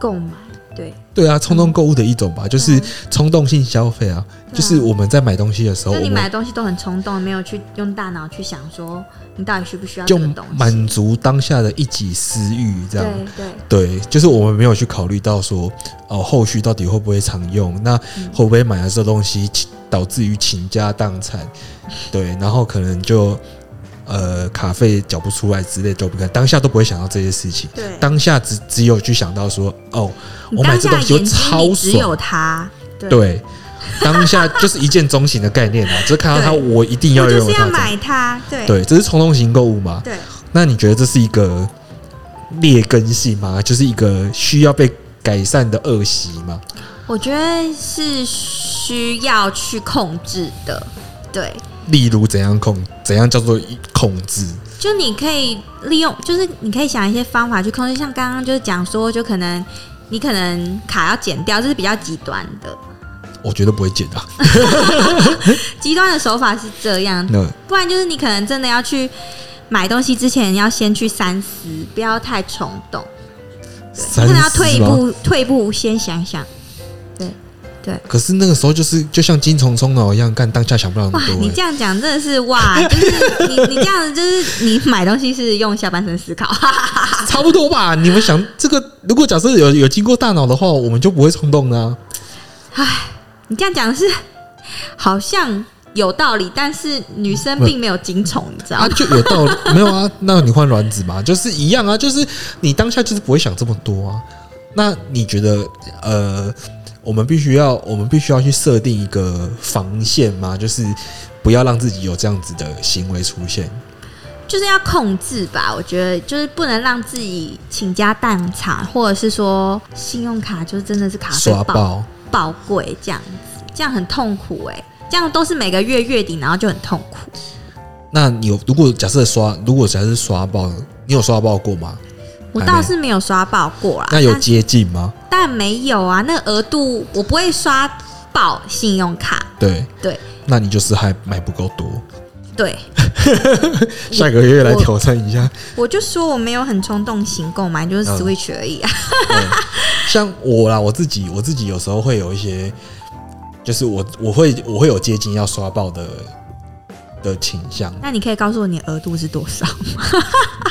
Speaker 1: 购买，对，
Speaker 2: 对啊，冲动购物的一种
Speaker 1: 嗯
Speaker 2: 吧，就是冲动性消费啊。就是我们在买东西的时候，
Speaker 1: 就
Speaker 2: 哦
Speaker 1: 嗯
Speaker 2: 我
Speaker 1: 你买的
Speaker 2: 们
Speaker 1: 东西都很冲动，没有去用大脑去想说你到底需不需要这
Speaker 2: 就
Speaker 1: 个东西。
Speaker 2: 满足当下的一己私欲，这样。
Speaker 1: 对对，
Speaker 2: 对，就是我们没有去考虑到说，哦，后续到底会不会常用，那会不会买了这东西倾导致于倾家荡产，对，然后可能就呃卡费缴不出来之类，都不看，当下都不会想到这些事情，
Speaker 1: 对
Speaker 2: 当下只只有去想到说，哦，
Speaker 1: 你
Speaker 2: 我买
Speaker 1: 当
Speaker 2: 这
Speaker 1: 下
Speaker 2: 东
Speaker 1: 的
Speaker 2: 西我
Speaker 1: 眼睛
Speaker 2: 超
Speaker 1: 里只有
Speaker 2: 爽，
Speaker 1: 它，对，
Speaker 2: 对，当下就是一见钟情的概念啊，只是看到它
Speaker 1: 对
Speaker 2: 我一定
Speaker 1: 我
Speaker 2: 要
Speaker 1: 就
Speaker 2: 拥
Speaker 1: 是
Speaker 2: 有它
Speaker 1: 要
Speaker 2: 这样，
Speaker 1: 买它，对
Speaker 2: 对，这是冲动型购物嘛，
Speaker 1: 对
Speaker 2: 那你觉得这是一个劣根性吗？就是一个需要被改善的恶习吗？
Speaker 1: 我觉得是需要去控制的，对，
Speaker 2: 例如怎样控，怎样叫做控制？
Speaker 1: 就你可以利用，就是你可以想一些方法去控制，像刚刚就是讲说，就可能你可能卡要剪掉，这是比较极端的，
Speaker 2: 我觉得不会减啊。
Speaker 1: 极端的手法是这样，
Speaker 2: 那
Speaker 1: 不然就是你可能真的要去买东西之前要先去三思，不要太冲动，你
Speaker 2: 三
Speaker 1: 可能要
Speaker 2: 思
Speaker 1: 退一
Speaker 2: 吗？
Speaker 1: 步，退一步先想想。
Speaker 2: 可是那个时候就是就像金虫冲脑一样，干当下想不了那
Speaker 1: 哇
Speaker 2: 么，多、
Speaker 1: 你
Speaker 2: 欸
Speaker 1: 这样讲真的是哇，就是你你这样就是你买东西是用下半身思考，哈哈哈
Speaker 2: 差不多吧？你们想这个，如果假设有有经过大脑的话，我们就不会冲动啊。
Speaker 1: 你这样讲是好像有道理，但是女生并没有精虫，你知道
Speaker 2: 啊，
Speaker 1: 吗？
Speaker 2: 就有道理没有啊？那你换卵子嘛，就是一样啊，就是你当下就是不会想这么多啊。那你觉得呃，我们必须要我们必须要去设定一个防线吗？就是不要让自己有这样子的行为出现。
Speaker 1: 就是要控制吧，我觉得就是不能让自己倾家荡产，或者是说信用卡就是真的是卡费
Speaker 2: 刷
Speaker 1: 啊爆
Speaker 2: 爆，
Speaker 1: 爆贵这样子，这样很痛苦哎、这样都是每个月月底，然后就很痛苦。
Speaker 2: 那你有如果假设刷，如果假设刷爆，你有刷爆过吗？
Speaker 1: 我
Speaker 2: 还
Speaker 1: 倒
Speaker 2: 没
Speaker 1: 是没有刷爆过啦，
Speaker 2: 那有
Speaker 1: 啊但
Speaker 2: 接近吗？
Speaker 1: 但没有啊，那额度我不会刷爆信用卡，
Speaker 2: 对，
Speaker 1: 对
Speaker 2: 那你就是还买不够多，
Speaker 1: 对，
Speaker 2: 下个月来
Speaker 1: 我
Speaker 2: 挑战一 下。
Speaker 1: 我就说我没有很冲动型购买，就是
Speaker 2: 嗯
Speaker 1: Switch 而已啊。
Speaker 2: 像我啦，我自己，我自己有时候会有一些，就是我我会我会有接近要刷爆的的倾向，
Speaker 1: 那你可以告诉我你的额度是多少？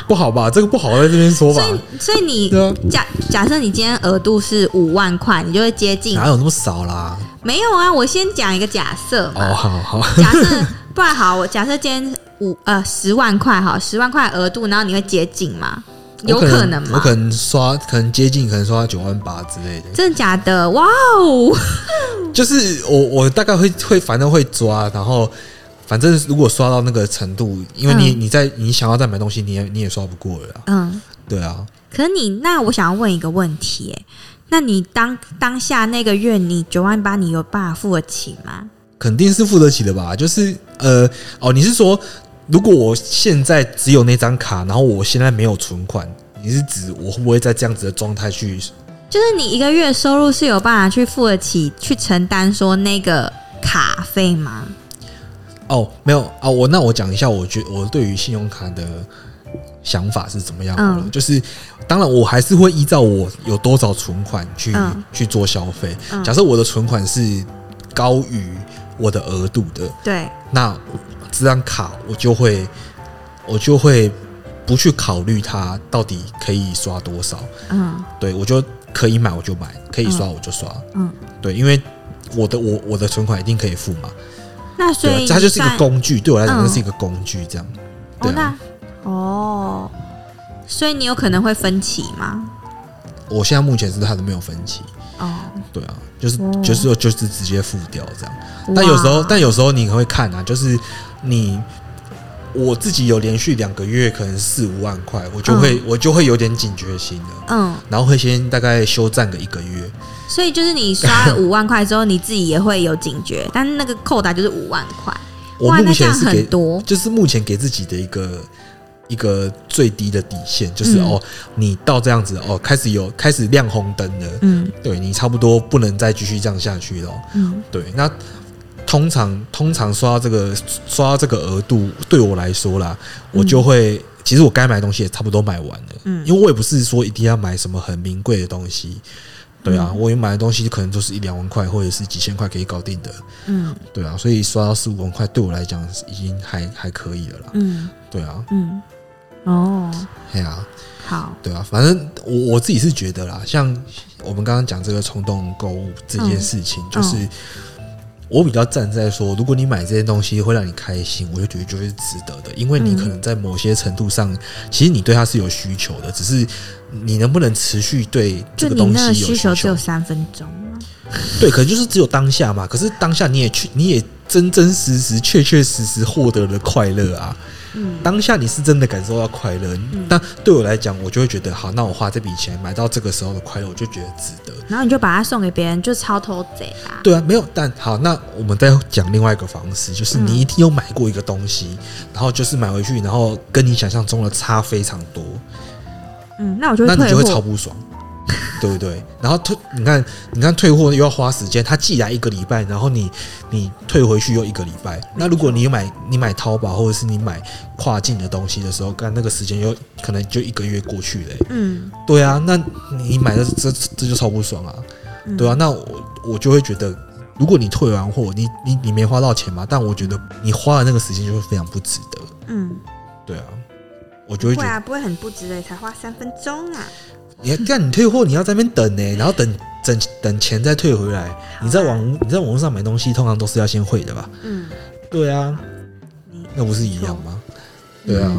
Speaker 2: 不好吧？这个不好在这边说吧
Speaker 1: 所，以所以你
Speaker 2: 对啊
Speaker 1: 假假设你今天额度是五万块，你就会接近
Speaker 2: 哪有那么少啦？
Speaker 1: 没有啊？我先讲一个假设嘛，
Speaker 2: 哦，好好，
Speaker 1: 假设不然好，我假设今天五呃十万块哈，十万块额度，然后你会接近吗？有
Speaker 2: 我可
Speaker 1: 能
Speaker 2: 我
Speaker 1: 吗？
Speaker 2: 可能刷，可能接近，可能刷九万八之类的，
Speaker 1: 真的假的？哇哦！
Speaker 2: 就是我我大概会会反正会抓，然后。反正如果刷到那个程度，因为你、
Speaker 1: 嗯
Speaker 2: 你在你想要再买东西，你也你也刷不过了啊
Speaker 1: 嗯，
Speaker 2: 对啊，
Speaker 1: 可是你那我想要问一个问题、欸，那你当当下那个月你九万八，你有办法付得起吗？
Speaker 2: 肯定是付得起的吧？就是呃，哦，你是说如果我现在只有那张卡，然后我现在没有存款，你是指我会不会在这样子的状态去？
Speaker 1: 就是你一个月收入是有办法去付得起、去承担说那个卡费吗？
Speaker 2: 哦，没有哦，我那我讲一下，我觉我对于信用卡的想法是怎么样的、
Speaker 1: 嗯
Speaker 2: 就是当然我还是会依照我有多少存款去、
Speaker 1: 嗯
Speaker 2: 去做消费。
Speaker 1: 嗯
Speaker 2: 假设我的存款是高于我的额度的，
Speaker 1: 对，
Speaker 2: 那这张卡我就会我就会不去考虑它到底可以刷多少，
Speaker 1: 嗯
Speaker 2: 对我就可以买我就买，可以刷我就刷，
Speaker 1: 嗯。
Speaker 2: 对，因为我的我我的存款一定可以付嘛，
Speaker 1: 那所
Speaker 2: 对、啊
Speaker 1: 以，
Speaker 2: 它就是一
Speaker 1: 你算
Speaker 2: 个工具，对我来讲
Speaker 1: 嗯
Speaker 2: 那是一个工具，这样，对
Speaker 1: 哦，
Speaker 2: 啊，
Speaker 1: 那哦，所以你有可能会分期吗？
Speaker 2: 我现在目前是它都没有分期，
Speaker 1: 哦，
Speaker 2: 对啊，就是
Speaker 1: 哦
Speaker 2: 就是就是直接付掉这样，但有时候
Speaker 1: 哇
Speaker 2: 但有时候你会看啊，就是你。我自己有连续两个月可能四五万块，我就会、我就会有点警觉心了，
Speaker 1: 嗯，
Speaker 2: 然后会先大概休战个一个月，
Speaker 1: 所以就是你刷了五万块之后，你自己也会有警 觉，但那个扣打就是五万块，
Speaker 2: 我
Speaker 1: 哇，
Speaker 2: 目
Speaker 1: 那这
Speaker 2: 前
Speaker 1: 样
Speaker 2: 是给
Speaker 1: 很多，
Speaker 2: 就是目前给自己的一个一个最低的底线，就是、
Speaker 1: 嗯
Speaker 2: 哦，你到这样子哦，开始有开始亮红灯了，
Speaker 1: 嗯
Speaker 2: 对你差不多不能再继续这样下去了哦。
Speaker 1: 嗯
Speaker 2: 对，那通常通常刷到这个刷到这个额度，对我来说啦，我就会、其实我该买的东西也差不多买完了，
Speaker 1: 嗯
Speaker 2: 因为我也不是说一定要买什么很名贵的东西。对
Speaker 1: 嗯
Speaker 2: 啊，我买的东西可能就是一两万块，或者是几千块可以搞定的。
Speaker 1: 嗯
Speaker 2: 对啊，所以刷到四五万块对我来讲是已经还还可以了啦。
Speaker 1: 嗯
Speaker 2: 对啊，
Speaker 1: 嗯，哦，
Speaker 2: 嘿啊，
Speaker 1: 好，
Speaker 2: 对啊，反正我我自己是觉得啦，像我们刚刚讲这个冲动购物这
Speaker 1: 嗯
Speaker 2: 件事情，就是我比较站在说，如果你买这些东西会让你开心，我就觉得就是值得的，因为你
Speaker 1: 嗯
Speaker 2: 可能在某些程度上，其实你对它是有需求的，只是你能不能持续对这
Speaker 1: 就
Speaker 2: 个
Speaker 1: 你
Speaker 2: 东
Speaker 1: 那
Speaker 2: 西
Speaker 1: 个
Speaker 2: 有
Speaker 1: 需
Speaker 2: 需
Speaker 1: 求只有三分钟啊吗
Speaker 2: 对，可能就是只有当下嘛。可是当下你也去，你也真真实实、确确实实获得了快乐啊。
Speaker 1: 嗯
Speaker 2: 当下你是真的感受到快乐，但对我来讲，我就会觉得好，那我花这笔钱买到这个时候的快乐，我就觉得值得。
Speaker 1: 然后你就把它送给别人，就超偷贼啦。
Speaker 2: 对啊，没有，但好，那我们再讲另外一个方式，就是你一定有买过一个东西，然后就是买回去，然后跟你想象中的差非常多，
Speaker 1: 嗯，那我就
Speaker 2: 那
Speaker 1: 会
Speaker 2: 你
Speaker 1: 退
Speaker 2: 就会超
Speaker 1: 货。
Speaker 2: 不爽，对不对？然后退，你看，你看退货又要花时间，他寄来一个礼拜，然后你你退回去又一个礼拜。那如果你买你买淘宝或者是你买跨境的东西的时候，干那个时间又可能就一个月过去了欸、
Speaker 1: 嗯，
Speaker 2: 对啊，那你买的这这这就超不爽啊，
Speaker 1: 嗯
Speaker 2: 对啊，那我我就会觉得，如果你退完货，你你你没花到钱嘛，但我觉得你花的那个时间就会非常不值得，
Speaker 1: 嗯，
Speaker 2: 对啊，我就会觉
Speaker 1: 会
Speaker 2: 得，
Speaker 1: 啊，不会很不值得，才花三分钟啊。
Speaker 2: 你看干你退货你要在那边等呢、然后等等等钱再退回来，
Speaker 1: 啊
Speaker 2: 你在网你在网络上买东西通常都是要先汇的吧？
Speaker 1: 嗯，
Speaker 2: 对啊，
Speaker 1: 你
Speaker 2: 那不是一样吗？对啊，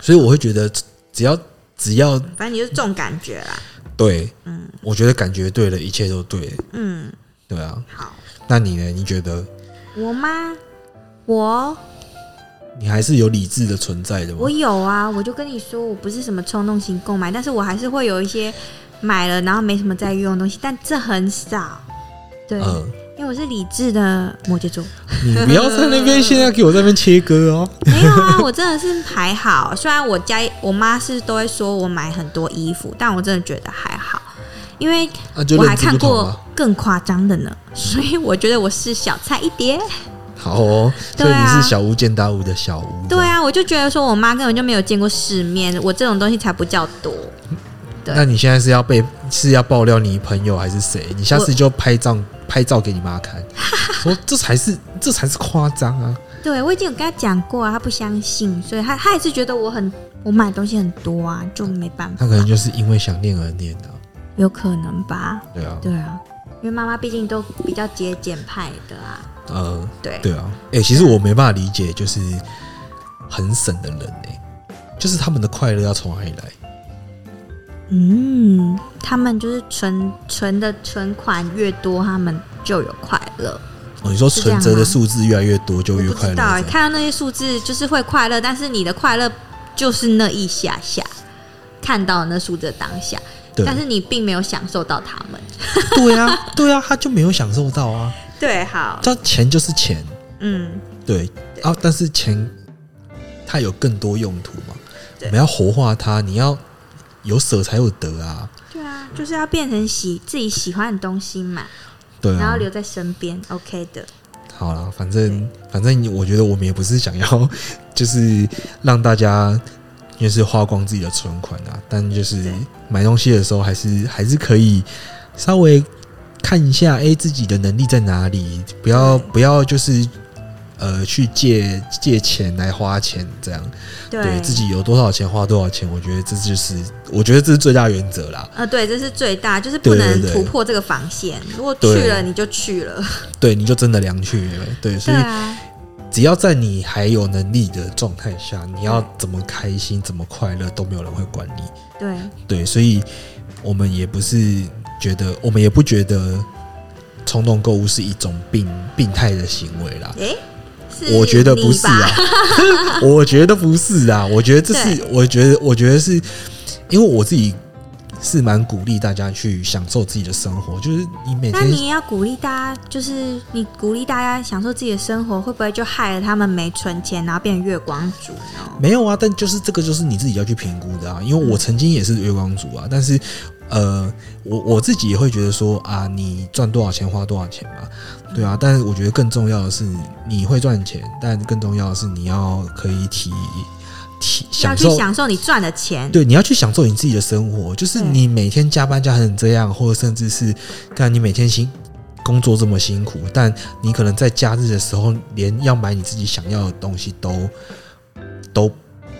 Speaker 2: 所以我会觉得只要只要
Speaker 1: 反正你就是重感觉啦。
Speaker 2: 对，
Speaker 1: 嗯
Speaker 2: 我觉得感觉对了，一切都对了，
Speaker 1: 嗯，
Speaker 2: 对啊，
Speaker 1: 好，
Speaker 2: 那你呢？你觉得？
Speaker 1: 我吗？我
Speaker 2: 你还是有理智的存在的吗
Speaker 1: 我？有啊，我就跟你说，我不是什么冲动型购买，但是我还是会有一些买了然后没什么在用的东西，但这很少。对，
Speaker 2: 嗯，
Speaker 1: 因为我是理智的摩羯座。
Speaker 2: 你不要在那边现在给我在那边切 割哦。
Speaker 1: 没有啊，我真的是还好。虽然我家我妈是都会说我买很多衣服，但我真的觉得还好，因为
Speaker 2: 那就
Speaker 1: 我还
Speaker 2: 认知
Speaker 1: 看
Speaker 2: 不同
Speaker 1: 过
Speaker 2: 啊。
Speaker 1: 更夸张的呢， 所以我觉得我是小菜一碟。
Speaker 2: 好哦，所
Speaker 1: 对
Speaker 2: 以
Speaker 1: 啊
Speaker 2: 你是小巫见大巫的小巫。
Speaker 1: 对，啊，我就觉得说我妈根本就没有见过世面，我这种东西才不叫多。对
Speaker 2: 那你现在是要被是要爆料你朋友还是谁？你下次就拍照拍照给你妈 看，说这才是这才是夸张啊！
Speaker 1: 对我已经有跟她讲过啊，她不相信，所以她她也是觉得我很我买东西很多啊，就没办
Speaker 2: 他
Speaker 1: 法
Speaker 2: 可，能就是因为想念而念啊。
Speaker 1: 有可能吧？
Speaker 2: 对啊，
Speaker 1: 对啊，因为妈妈毕竟都比较节俭派的啊，
Speaker 2: 呃，
Speaker 1: 对。
Speaker 2: 对啊，哎、其实我没办法理解，就是很省的人哎、就是他们的快乐要从哪里来？
Speaker 1: 嗯，他们就是存存的存款越多，他们就有快乐。
Speaker 2: 哦，你说
Speaker 1: 是这样
Speaker 2: 存
Speaker 1: 吗
Speaker 2: 折的数字越来越多，就
Speaker 1: 我
Speaker 2: 越
Speaker 1: 不
Speaker 2: 快乐
Speaker 1: 知
Speaker 2: 这
Speaker 1: 道哎、
Speaker 2: 样。
Speaker 1: 看到那些数字就是会快乐，但是你的快乐就是那一下下看到那数字的当下，
Speaker 2: 对，
Speaker 1: 但是你并没有享受到他们。
Speaker 2: 对啊，对啊，他就没有享受到啊。
Speaker 1: 对，好，
Speaker 2: 他钱就是钱，
Speaker 1: 嗯，
Speaker 2: 对啊，但是钱它有更多用途嘛。我
Speaker 1: 对
Speaker 2: 们要活化它，你要有舍才有得啊。
Speaker 1: 对啊，就是要变成喜自己喜欢的东西嘛，
Speaker 2: 对
Speaker 1: 然后
Speaker 2: 啊，
Speaker 1: 留在身边，OK 的。
Speaker 2: 好了，反正反正，我觉得我们也不是想要，就是让大家就是花光自己的存款啊，但就是
Speaker 1: 对
Speaker 2: 买东西的时候，还是还是可以稍微看一下，哎、自己的能力在哪里，不要
Speaker 1: 对
Speaker 2: 不要就是呃去借借钱来花钱这样，
Speaker 1: 对，
Speaker 2: 对自己有多少钱花多少钱，我觉得这就是我觉得这是最大原则啦。
Speaker 1: 呃，对，这是最大，就是不
Speaker 2: 对对
Speaker 1: 能
Speaker 2: 对
Speaker 1: 突破这个防线。如果去
Speaker 2: 对
Speaker 1: 了，你就去了。
Speaker 2: 对，你就真的量去了，对，所
Speaker 1: 对
Speaker 2: 以
Speaker 1: 啊，
Speaker 2: 只要在你还有能力的状态下，你要怎么开心、怎么快乐都没有人会管你。
Speaker 1: 对，
Speaker 2: 对，所以我们也不是觉得，我们也不觉得冲动购物是一种病病态的行为啦。
Speaker 1: 诶，是是
Speaker 2: 我觉得不是
Speaker 1: 嗯你
Speaker 2: 啊， 我觉得不是啊，我觉得这是，我觉得，我觉得是因为我自己是蛮鼓励大家去享受自己的生活，就是你每
Speaker 1: 那
Speaker 2: 天
Speaker 1: 你也要鼓励大家，就是你鼓励大家享受自己的生活，会不会就害了他们没存钱，然后变成月光族呢？
Speaker 2: 没有啊，但就是这个就是你自己要去评估的啊，因为我曾经也是月光族啊，但是呃，我我自己也会觉得说啊，你赚多少钱花多少钱嘛，对
Speaker 1: 嗯
Speaker 2: 啊，但是我觉得更重要的是你会赚钱，但更重要的是你要可以体
Speaker 1: 要
Speaker 2: 体享
Speaker 1: 去
Speaker 2: 受。
Speaker 1: 享受你赚的钱，
Speaker 2: 对，你要去享受你自己的生活，就是
Speaker 1: 对
Speaker 2: 你每天加班加成这样，或者甚至是，看你每天辛工作这么辛苦，但你可能在假日的时候，连要买你自己想要的东西都都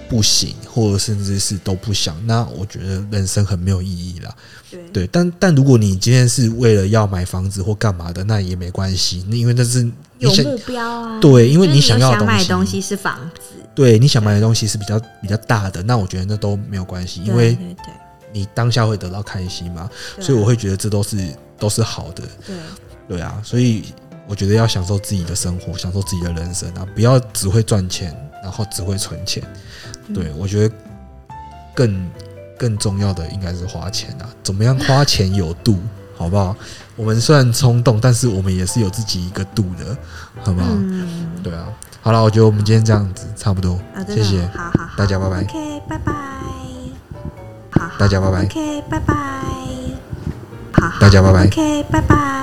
Speaker 2: 不行，或者甚至是都不想，那我觉得人生很没有意义啦。
Speaker 1: 对
Speaker 2: 对，但但如果你今天是为了要买房子或干嘛的，那也没关系，那因为那是你
Speaker 1: 有
Speaker 2: 想
Speaker 1: 目标啊。
Speaker 2: 对，因为
Speaker 1: 就是
Speaker 2: 你
Speaker 1: 你
Speaker 2: 想
Speaker 1: 有
Speaker 2: 要的
Speaker 1: 想买的
Speaker 2: 东
Speaker 1: 东
Speaker 2: 西
Speaker 1: 西是房子，
Speaker 2: 对你想买的东西是比较比较大的，那我觉得那都没有关系，因为
Speaker 1: 对对对
Speaker 2: 你当下会得到开心嘛，
Speaker 1: 对啊
Speaker 2: 所以我会觉得这都是都是好的，
Speaker 1: 对
Speaker 2: 对啊，所以我觉得要享受自己的生活，享受自己的人生啊，不要只会赚钱，然后只会存钱，对、
Speaker 1: 嗯
Speaker 2: 我觉得更更重要的应该是花钱啊，怎么样花钱有度， 好不好？我们虽然冲动，但是我们也是有自己一个度的，好不好？
Speaker 1: 嗯，
Speaker 2: 对啊，好了，我觉得我们今天这样子差不多，
Speaker 1: 啊，真
Speaker 2: 谢
Speaker 1: 的
Speaker 2: 谢
Speaker 1: 好好好，
Speaker 2: 大家拜拜
Speaker 1: OK，拜拜，好好，
Speaker 2: 大家拜拜
Speaker 1: OK，拜拜，好好，
Speaker 2: 大家拜拜
Speaker 1: OK，拜拜。